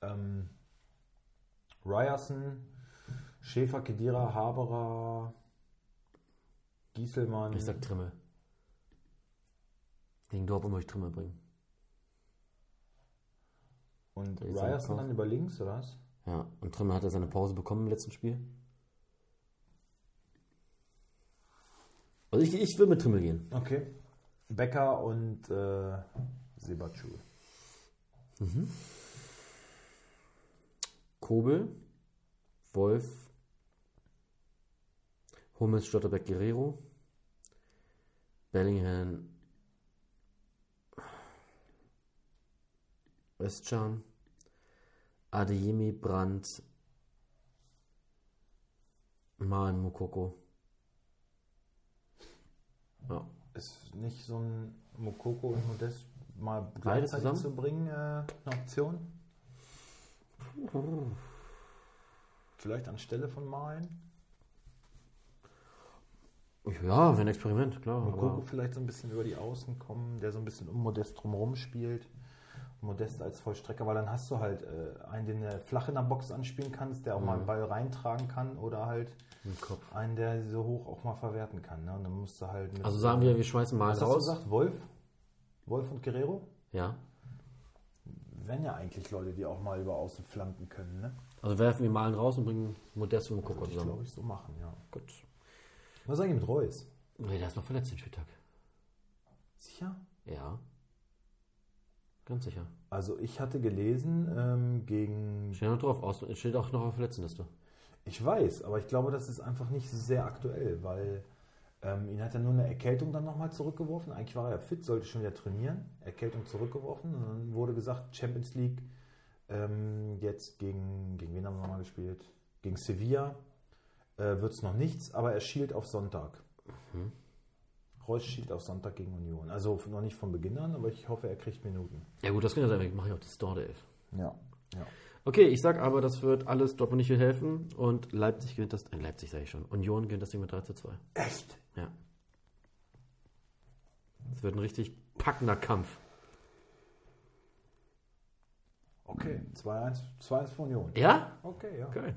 S1: Ähm, Ryerson, Schäfer, Kedira, Haberer, Gieselmann.
S2: Ich sag Trimmel. Gegen Dortmund muss ich Trimmel bringen.
S1: Und
S2: Ich sag
S1: Ryerson
S2: Kraus.
S1: dann über links, oder was?
S2: Ja, und Trimmel hat ja seine Pause bekommen im letzten Spiel. Also ich, ich will mit Trimmel gehen.
S1: Okay. Becker und äh, Sebatschul.
S2: Kobel, Wolf, Hummels, Stotterbeck, Guerrero, Bellingham, Özcan, Adeyemi, Brandt, Malen, Mukoko. Ja.
S1: Ist nicht so ein Mokoko und Modest mal
S2: Beide
S1: gleichzeitig
S2: zusammen?
S1: zu bringen, äh, eine Option? Vielleicht anstelle von Malen?
S2: ja, wäre ein Experiment, klar.
S1: Mokoko
S2: Aber
S1: vielleicht so ein bisschen über die Außen kommen, der so ein bisschen um Modest drumherum spielt. Modest als Vollstrecker, weil dann hast du halt äh, einen, den du flach in der Box anspielen kannst, der auch
S2: Mhm.
S1: mal einen Ball reintragen kann oder halt einen, der so hoch auch mal verwerten kann. Ne? Und dann musst du halt mit
S2: also sagen wir, wir schmeißen Malen
S1: Was hast du
S2: raus.
S1: gesagt? Wolf? Wolf und Guerrero?
S2: Ja.
S1: Wären ja eigentlich Leute, die auch mal über außen flanken können, ne?
S2: Also werfen wir Malen raus und bringen Modest und Mukoko
S1: Ich
S2: zusammen.
S1: glaube, ich so machen, ja.
S2: Gut.
S1: Was ist eigentlich mit Reus?
S2: Nee, der ist noch verletzt den Spieltag.
S1: Sicher?
S2: Ja. Ganz sicher.
S1: Also ich hatte gelesen, ähm, gegen.
S2: Steht noch drauf, aus, steht auch noch auf der letzten Liste.
S1: Ich weiß, aber ich glaube, das ist einfach nicht sehr aktuell, weil ähm, ihn hat ja nur eine Erkältung dann nochmal zurückgeworfen. Eigentlich war er fit, sollte schon wieder trainieren. Erkältung zurückgeworfen. Und dann wurde gesagt, Champions League ähm, jetzt gegen. Gegen wen haben wir nochmal gespielt? Gegen Sevilla äh, wird es noch nichts, aber er schielt auf Sonntag. Reus schielt auf Sonntag gegen Union. Also noch nicht von Beginn an, aber ich hoffe, er kriegt Minuten.
S2: Ja gut, das kann ja sein, ich mache ja auch die Store 11.
S1: Ja. ja.
S2: Okay, ich sag aber, das wird alles Dortmund nicht viel helfen und Leipzig gewinnt das, äh, Leipzig sage ich schon, Union gewinnt das Ding mit 3 zu 2.
S1: Echt?
S2: Ja. Es wird ein richtig packender Kampf.
S1: Okay, 2-1 2-1 für Union.
S2: Ja?
S1: Okay, ja.
S2: Geil.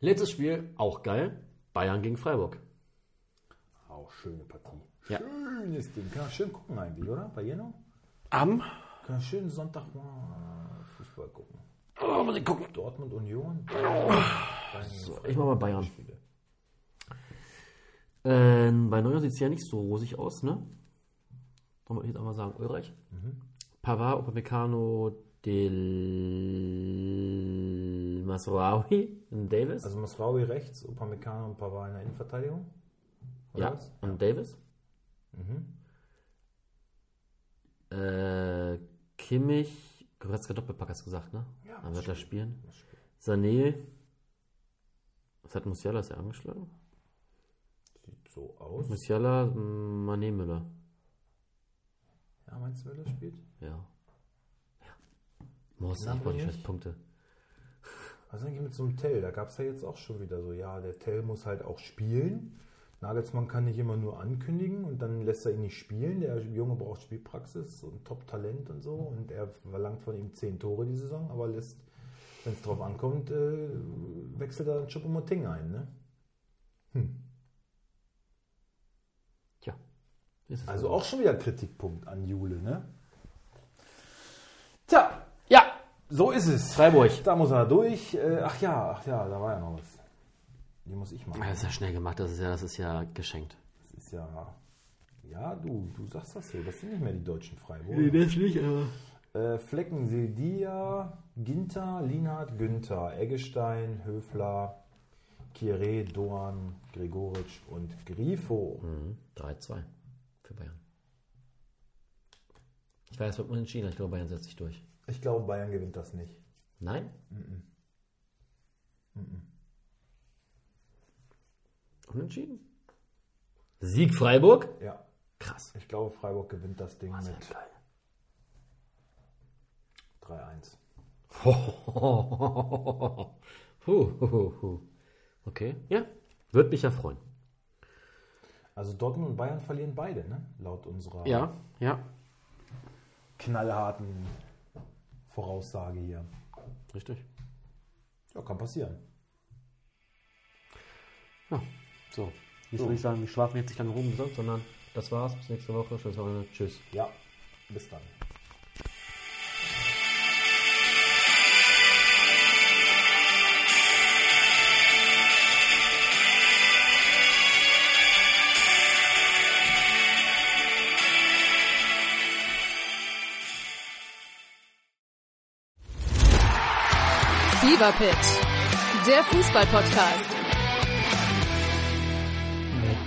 S2: Letztes Spiel, auch geil, Bayern gegen Freiburg.
S1: Auch schöne Partie.
S2: Ja.
S1: Schönes Ding. Kann man schön gucken eigentlich, oder? Bei Jeno?
S2: Am?
S1: Kann man schön Sonntag mal Fußball gucken.
S2: Oh, muss ich gucken.
S1: Dortmund Union. So,
S2: Ich mach mal Bayern. Ähm, bei Neuer sieht es ja nicht so rosig aus, ne? Wollen wir jetzt einmal sagen, Ulreich?
S1: Mhm.
S2: Pavard, Upamecano, Del Masraoui und Davis.
S1: Also Masraoui rechts, Upamecano und Pavard in der Innenverteidigung. Oder
S2: ja,
S1: was? Mhm.
S2: und Davis. Äh, Kimmich, Goretzka Doppelpack hast du gesagt, ne?
S1: Ja,
S2: Dann wird er spielen.
S1: Das Spiel.
S2: Sané, was hat Musiala, ist er angeschlagen?
S1: Sieht so aus.
S2: Musiala, Mané Müller.
S1: Ja, meinst du, wer das spielt?
S2: Ja. Ja. Morsten,
S1: Na,
S2: ich brauche die
S1: aber nicht.
S2: scheiß Punkte.
S1: Was ist eigentlich mit so einem Tell? Da gab es ja jetzt auch schon wieder so, ja, der Tell muss halt auch spielen. Nagelsmann kann nicht immer nur ankündigen und dann lässt er ihn nicht spielen. Der Junge braucht Spielpraxis und Top-Talent und so. Und er verlangt von ihm zehn Tore die Saison, aber lässt, wenn es drauf ankommt, äh, wechselt er Choupo-Moting ein. Ne?
S2: Tja. Ist es
S1: Also
S2: so.
S1: auch schon wieder ein Kritikpunkt an Jule. Ne? Tja,
S2: Ja!
S1: so ist es.
S2: Freiburg.
S1: Da muss er durch. Äh, ach ja, ach ja, da war ja noch was. Die muss ich machen.
S2: Ah, Das ist ja schnell gemacht, das ist ja, das ist ja geschenkt.
S1: Das ist ja. Ja, du, du sagst das so. Das sind nicht mehr die deutschen Freiburger.
S2: das nicht, aber.
S1: Äh, Flecken, Sildia, Ginter, Linhardt, Günther, Eggestein, Höfler, Kieré, Doan, Gregoritsch und Grifo.
S2: 3-2 für Bayern. Ich weiß, wird man entschieden. Ich glaube, Bayern setzt sich durch.
S1: Ich glaube, Bayern gewinnt das nicht.
S2: Nein? Mhm. Unentschieden? Sieg Freiburg?
S1: Ja,
S2: Krass.
S1: ich glaube, Freiburg gewinnt das Ding
S2: Das
S1: mit
S2: wär geil.
S1: 3-1.
S2: Ho, ho, ho, ho. Okay, ja. Würde mich ja freuen.
S1: Also Dortmund und Bayern verlieren beide, ne? Laut unserer
S2: Ja, ja.
S1: knallharten Voraussage hier.
S2: Richtig.
S1: Ja, kann passieren.
S2: Ja, so. Jetzt würde ich sagen, wir schlafen jetzt nicht lange rum, sondern das war's. Bis nächste Woche. Schönes Wochenende. Tschüss.
S1: Ja, bis dann.
S3: Fever Pitch, der Fußball-Podcast.
S4: Mit